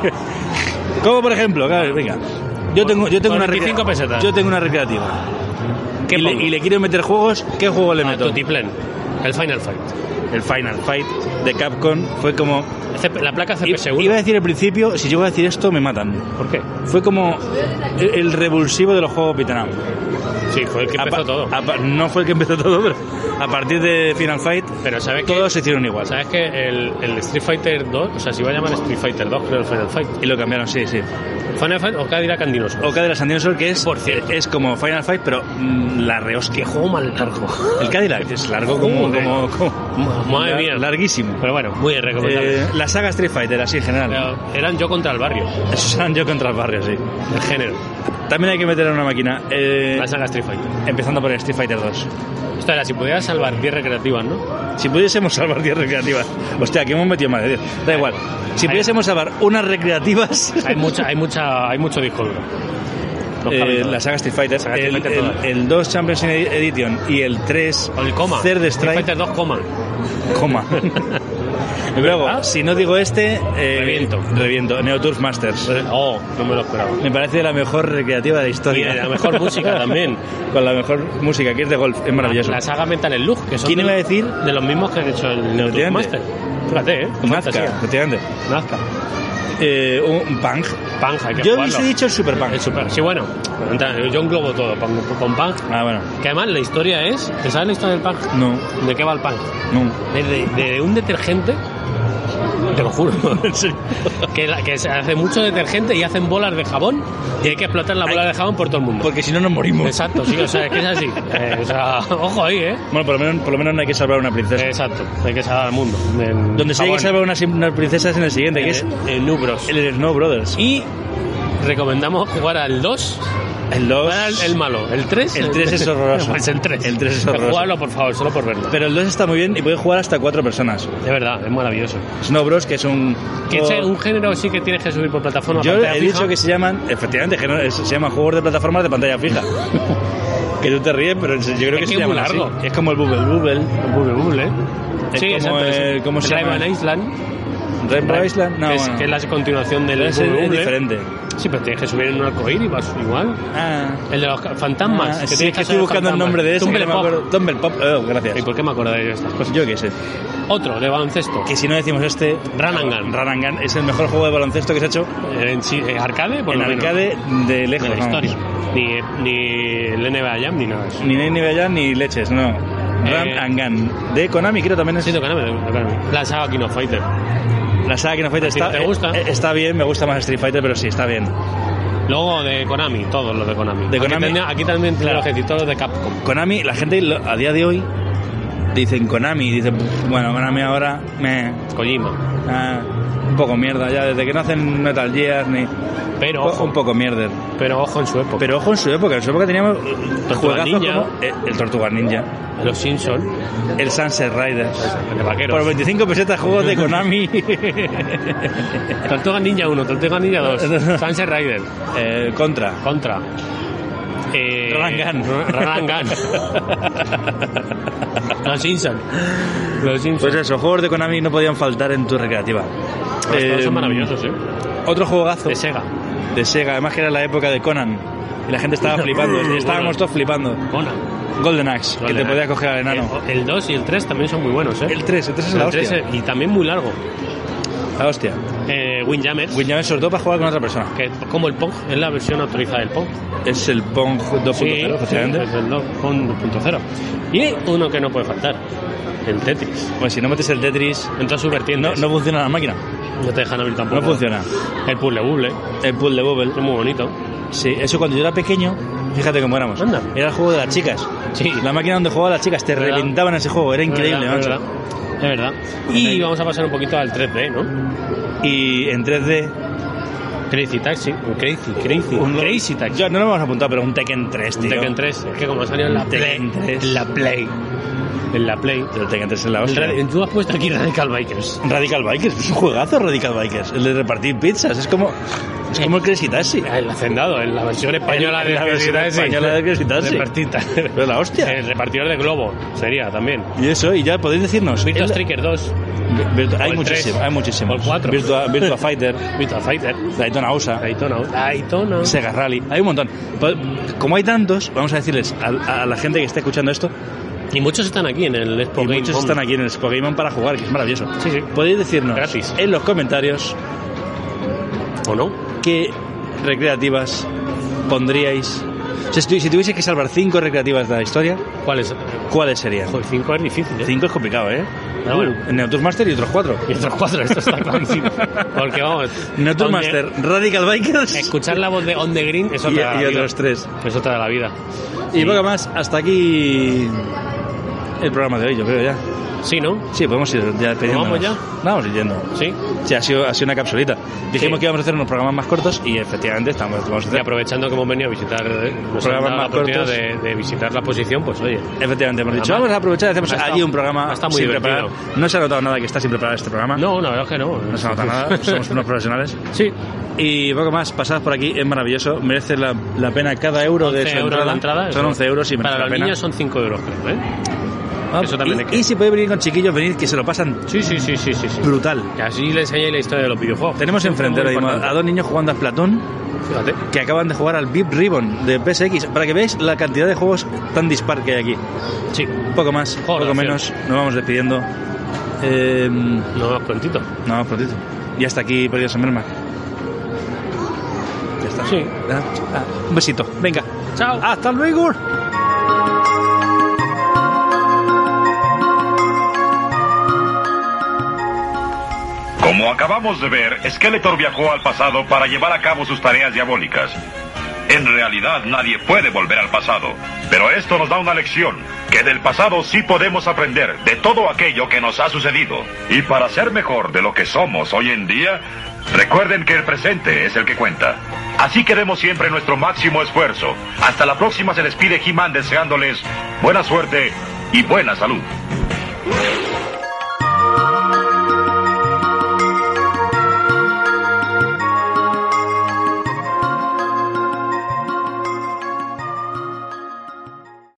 S3: Como por ejemplo, claro, venga. Yo tengo, yo tengo
S4: Con
S3: una
S4: 25
S3: recrea-
S4: pesetas.
S3: Yo tengo una recreativa.
S4: ¿Qué
S3: y, le,
S4: pongo?
S3: y le quiero meter juegos, ¿qué juego le
S4: A
S3: meto?
S4: Tutiplén, el Final Fight.
S3: Ah, El Final Fight de Capcom fue como.
S4: CP La placa
S3: I-
S4: CP1.
S3: Iba a decir al principio, si yo voy a decir esto, me matan.
S4: ¿Por qué?
S3: Fue como el, el revulsivo de los juegos beat 'em up.
S4: Sí, fue el que
S3: A
S4: empezó
S3: pa-
S4: todo.
S3: a pa- no fue el que empezó todo, pero a partir de Final Fight,
S4: Pero ¿sabes qué?
S3: todos se hicieron igual.
S4: ¿Sabes que el, el Street Fighter 2, o sea, se iba a llamar Street Fighter 2, creo, el Final Fight.
S3: Y lo cambiaron, sí, sí.
S4: Final Fight o cada dirá Candinoso.
S3: Oca de la San Diego Sol, que es,
S4: Por cierto.
S3: es como Final Fight, pero mm, la rehostia.
S4: juego más largo.
S3: El Cadillac es largo como.
S4: Joder.
S3: como, como-
S4: Madre
S3: lar-
S4: mía.
S3: Larguísimo.
S4: Pero bueno, muy recomendable.
S3: Eh, la saga Street Fighter, así en general.
S4: Pero Eran yo contra el barrio,
S3: Eso eran yo contra el barrio, sí.
S4: el género,
S3: También hay que meter en una máquina. eh,
S4: la saga Street Fighter.
S3: empezando por el Street Fighter 2.
S4: Esto era, si pudieras salvar 10 recreativas, ¿no?
S3: Si pudiésemos salvar 10 recreativas. Hostia, que hemos metido más de 10. Da igual. Si
S4: Ahí.
S3: pudiésemos salvar unas recreativas.
S4: Hay mucha, hay mucha, hay mucho disco duro. Los
S3: eh,
S4: caben todas.
S3: la saga Street Fighter,
S4: Saga
S3: el,
S4: Street Fighter
S3: el-
S4: todas.
S3: el 2 Champions Edition y el 3
S4: Con el coma.
S3: Third
S4: Street
S3: Strike
S4: Fighter 2, coma.
S3: Coma. Luego, si no digo este, eh,
S4: Ah. Reviento.
S3: Reviento. Neoturf Masters.
S4: Oh, no me lo esperaba.
S3: Me parece la mejor recreativa de la
S4: Y
S3: historia.
S4: la mejor música también. Ah,
S3: Con la mejor música, que es de golf. Es maravilloso.
S4: La saga Mental en Luz, que son
S3: ¿Quién
S4: de,
S3: iba a decir?
S4: de los mismos que han hecho el Neo
S3: Efectivamente.
S4: Master. Fíjate, ¿eh? Qué
S3: Nazca,
S4: fantasía.
S3: efectivamente.
S4: Nazca.
S3: Eh, un Punk.
S4: Panja, hay que
S3: Yo
S4: jugarlo.
S3: hubiese dicho el Super Punk.
S4: El super, sí, bueno. Entra- Yo englobo todo con, con Punk.
S3: Ah, bueno.
S4: Que además la historia es... ¿Te sabes la historia del Punk?
S3: No,
S4: ¿De qué va el Punk?
S3: no.
S4: De, de- de un detergente... Te lo juro. que, la- que se hace mucho detergente y hacen bolas de jabón y hay que explotar la bola de jabón por todo el mundo.
S3: Porque si no nos morimos.
S4: Exacto, sí, o sea, es que es así. Eh, o sea, ojo ahí, ¿eh?
S3: Bueno, por lo, menos, por lo menos no hay que salvar a una princesa.
S4: Exacto, hay que salvar al mundo. En
S3: Donde sí hay que
S4: Japón.
S3: salvar a unas, unas princesas en el siguiente, que es
S4: En- en Nubros.
S3: el Snow Brothers.
S4: Y recomendamos jugar al 2
S3: El
S4: Jugar
S3: 2.
S4: al- el malo. El 3.
S3: El tres es horroroso.
S4: Pues el 3.
S3: El tres es horroroso.
S4: Jugarlo, por favor, solo por verlo.
S3: Pero el 2 está muy bien y puede jugar hasta cuatro personas.
S4: De verdad, es maravilloso.
S3: Snow Bros, que es un.
S4: Que
S3: juego-
S4: ese es un género sí que tienes que subir por plataforma.
S3: Yo
S4: pantalla
S3: he
S4: fija.
S3: dicho que se llaman, efectivamente, que no- es- se llaman juegos de plataformas de pantalla fija. que tú te ríes, pero yo creo
S4: Es
S3: que
S4: que
S3: se
S4: es
S3: llaman
S4: muy
S3: así.
S4: largo.
S3: Es como el Bubble Bubble,
S4: El Bubble Bubble, ¿eh?
S3: Es
S4: sí,
S3: como
S4: exacto. es
S3: el- ¿cómo se
S4: Drive
S3: llama?
S4: on Island.
S3: Rainbow Island, no,
S4: que, es,
S3: bueno.
S4: que es la continuación del
S3: Ese
S4: Bubble
S3: es,
S4: Bubble.
S3: diferente.
S4: Sí, pero tienes que subir en un arcoíris, vas igual.
S3: Ah,
S4: El de los ca- fantasmas.
S3: ah,
S4: que
S3: sí, es
S4: tienes
S3: que estoy
S4: hacer
S3: buscando el
S4: fantasmas.
S3: nombre de ese.
S4: Tumble
S3: que no me
S4: Pop. pues,
S3: acuerdo. Tumble Pop, oh,
S4: ¿Y
S3: gracias.
S4: por qué me acordáis de estas cosas?
S3: Yo qué sé.
S4: Otro, de baloncesto.
S3: Que si no decimos este,
S4: Run and Gun.
S3: Run and Gun es el mejor juego de baloncesto que se ha hecho
S4: Eh, En, sí- en arcade, por
S3: en
S4: lo menos.
S3: arcade de lejos.
S4: de la
S3: vamos.
S4: historia. Ni, ni el NBA Jam ni nada de eso.
S3: Ni Ney, ni Bella, ni leches, no. Run
S4: Eh,
S3: and Gun. De Konami, creo también es.
S4: Siento que no me no, claro. La saga King of Fighter.
S3: La saga que nos falta
S4: ¿A ti no
S3: está,
S4: te gusta?
S3: eh, está bien, me gusta más Street Fighter, pero sí, está bien.
S4: Luego de Konami, todos los de
S3: De
S4: Konami. Aquí
S3: Konami.
S4: tenía- Aquí, también claro. los editores de Capcom.
S3: Konami, la gente lo- a día de hoy dicen Konami, dicen, bueno, Konami ahora me,
S4: Kojima.
S3: ah, un poco mierda ya, desde que no hacen Metal Gear ni...
S4: Pero
S3: Ojo,
S4: ojo,
S3: un poco mierder.
S4: pero ojo en su época.
S3: Pero ojo en su época, en su época teníamos eh,
S4: Tortuga
S3: juegazos
S4: Ninja.
S3: como eh, el Tortuga Ninja,
S4: los Simpsons,
S3: el Sunset Riders.
S4: el de vaqueros.
S3: Por 25 pesetas juegos de Konami.
S4: Tortuga Ninja 1, Tortuga Ninja 2, Sunset Rider,
S3: Eh, contra.
S4: Contra. Eh,
S3: Run and Gun.
S4: Run and Gun. los Simpsons. Los Simpsons.
S3: Pues eso, juegos de Konami no podían faltar en tu recreativa.
S4: Los todos
S3: Eh,
S4: son maravillosos, ¿eh?
S3: Otro juegazo.
S4: De Sega.
S3: de Sega, además que era la época de Conan. Y la gente estaba flipando, estábamos todos flipando.
S4: Conan.
S3: Golden Axe, que te
S4: Golden
S3: podía
S4: Axe.
S3: coger al enano.
S4: El el 2 y el 3 también son muy buenos, ¿eh?
S3: El 3, el 3 es la
S4: El 3
S3: hostia.
S4: es- y también muy largo.
S3: La hostia.
S4: Eh, Windjammers,
S3: Windjammer sobre todo para jugar con otra persona.
S4: que es como el Pong, es la versión autorizada del Pong.
S3: Es el Pong 2.0, efectivamente.
S4: es el do- Pong 2.0. Y uno que no puede faltar, el Tetris.
S3: Pues si no metes el Tetris,
S4: En todas sus
S3: no,
S4: vertientes.
S3: no funciona la máquina.
S4: No te dejan abrir tampoco.
S3: No funciona.
S4: El Puzzle Bubble,
S3: El Pool de Bubble.
S4: es muy bonito.
S3: Sí, eso cuando yo era pequeño, fíjate cómo éramos.
S4: Anda.
S3: Era el juego de las chicas.
S4: Sí.
S3: La máquina donde jugaban las chicas, te
S4: ¿Verdad?
S3: reventaban ese juego, era increíble,
S4: Verdad,
S3: macho.
S4: verdad. Es verdad. Y vamos a pasar un poquito al 3D, ¿no?
S3: Y en 3D.
S4: Crazy Taxi. un Crazy, Crazy.
S3: un-
S4: Crazy Taxi.
S3: Yo no lo hemos apuntado, pero un Tekken 3,
S4: Un
S3: tío.
S4: Tekken 3. Es que como salió en la Play.
S3: Tekken 3.
S4: En la Play. En la Play.
S3: El Tekken 3 en la
S4: El
S3: hostia.
S4: ra- Tú has puesto aquí Radical Bikers.
S3: Radical Bikers, es un juegazo Radical Bikers. El de repartir pizzas, es como, es como el Crazy Taxi.
S4: El hacendado, en la versión Eh, española
S3: En
S4: de
S3: la
S4: Crazy
S3: versión
S4: Taxi.
S3: española de Crazy Taxi.
S4: Repartita. Eh.
S3: Pero la hostia.
S4: El repartidor de globo sería también.
S3: Y eso, y ya podéis decirnos.
S4: Virtua
S3: el-
S4: Striker 2.
S3: Virtua-
S4: o
S3: hay
S4: el
S3: muchísimo,
S4: tres,
S3: hay muchísimo.
S4: o el cuatro.
S3: Virtua, Virtua Fighter,
S4: Virtua Fighter.
S3: Daytona USA,
S4: Daytona. Daytona.
S3: Sega Rally, hay un montón. Po- Como hay tantos, vamos a decirles a, a la gente que está escuchando esto,
S4: Y muchos están aquí en el Expo
S3: y
S4: Game
S3: muchos
S4: Bomb.
S3: están aquí en el Expo Game On para jugar, que es maravilloso.
S4: Sí, sí.
S3: Podéis decirnos
S4: Gratis.
S3: en los comentarios
S4: ¿O no?
S3: qué recreativas pondríais. O sea, si tu- si tuviese que salvar cinco recreativas de la historia,
S4: ¿Cuáles?
S3: ¿cuáles serían?
S4: Joder, 5 es difícil, ¿eh?
S3: Cinco es complicado, ¿eh?
S4: Pero bueno.
S3: En Neutur Master y otros cuatro.
S4: Y otros cuatro, esto está clarísimo. Porque vamos.
S3: Neutur
S4: On the-
S3: Master, Radical Bikers
S4: Escuchar la voz de On the Green es
S3: y,
S4: otra. de la
S3: y
S4: vida.
S3: otros tres.
S4: Es otra de la vida.
S3: Y poco más, hasta aquí el programa de hoy, yo creo ya.
S4: Sí, ¿no?
S3: Sí, podemos ir ya despidiéndonos.
S4: vamos ya?
S3: Nos Vamos yendo.
S4: Sí.
S3: Sí, ha sido, ha sido una capsulita. Dijimos
S4: Sí.
S3: que íbamos a hacer unos programas más cortos y efectivamente estamos, vamos a
S4: Y
S3: hacer.
S4: aprovechando que hemos venido a visitar, eh,
S3: Programas
S4: nos han dado la
S3: más
S4: oportunidad de,
S3: cortos.
S4: de visitar la posición, pues oye.
S3: Efectivamente, hemos dicho,
S4: Además,
S3: vamos a aprovechar y hacemos
S4: ha estado-
S3: allí un programa
S4: ha estado muy
S3: sin
S4: divertido.
S3: preparar. No se ha notado nada que está sin preparar este programa.
S4: No, la verdad es que no.
S3: No se nota nada, pues somos unos profesionales.
S4: Sí,
S3: Y poco más, pasad por aquí, es maravilloso, merece la, la pena cada euro de
S4: 11
S3: su
S4: euros
S3: entrada.
S4: la entrada.
S3: Son
S4: eso.
S3: 11 euros y merece
S4: Para
S3: la
S4: los
S3: pena.
S4: niños son 5 euros, creo, ¿eh?
S3: Ah,
S4: eso también
S3: y,
S4: hay que-
S3: y si podéis venir con chiquillos, venid que se lo pasan
S4: Sí, sí, sí, sí, sí. sí.
S3: brutal.
S4: Y así le enseñáis la historia de los videojuegos.
S3: Tenemos
S4: Eso es
S3: enfrente
S4: muy
S3: ahora mismo
S4: importante.
S3: a dos niños jugando a Platón
S4: Fíjate.
S3: que acaban de jugar al VIP Ribbon de PSX para que veáis la cantidad de juegos tan dispar que hay aquí.
S4: Sí,
S3: Poco más,
S4: Juego
S3: poco
S4: de acción.
S3: menos, nos vamos despidiendo. Eh, nos
S4: no más prontito.
S3: vamos prontito. Y hasta aquí, perdidos en Mermac. Ya está.
S4: Sí.
S3: Ah, ah, un besito. Venga.
S4: Chao.
S3: Hasta luego.
S7: Como acabamos de ver, Skeletor viajó al pasado para llevar a cabo sus tareas diabólicas. En realidad nadie puede volver al pasado, pero esto nos da una lección, que del pasado sí podemos aprender de todo aquello que nos ha sucedido. Y para ser mejor de lo que somos hoy en día, recuerden que el presente es el que cuenta. Así que demos siempre nuestro máximo esfuerzo. Hasta la próxima se les pide He-Man deseándoles buena suerte y buena salud.
S5: ¡Mira!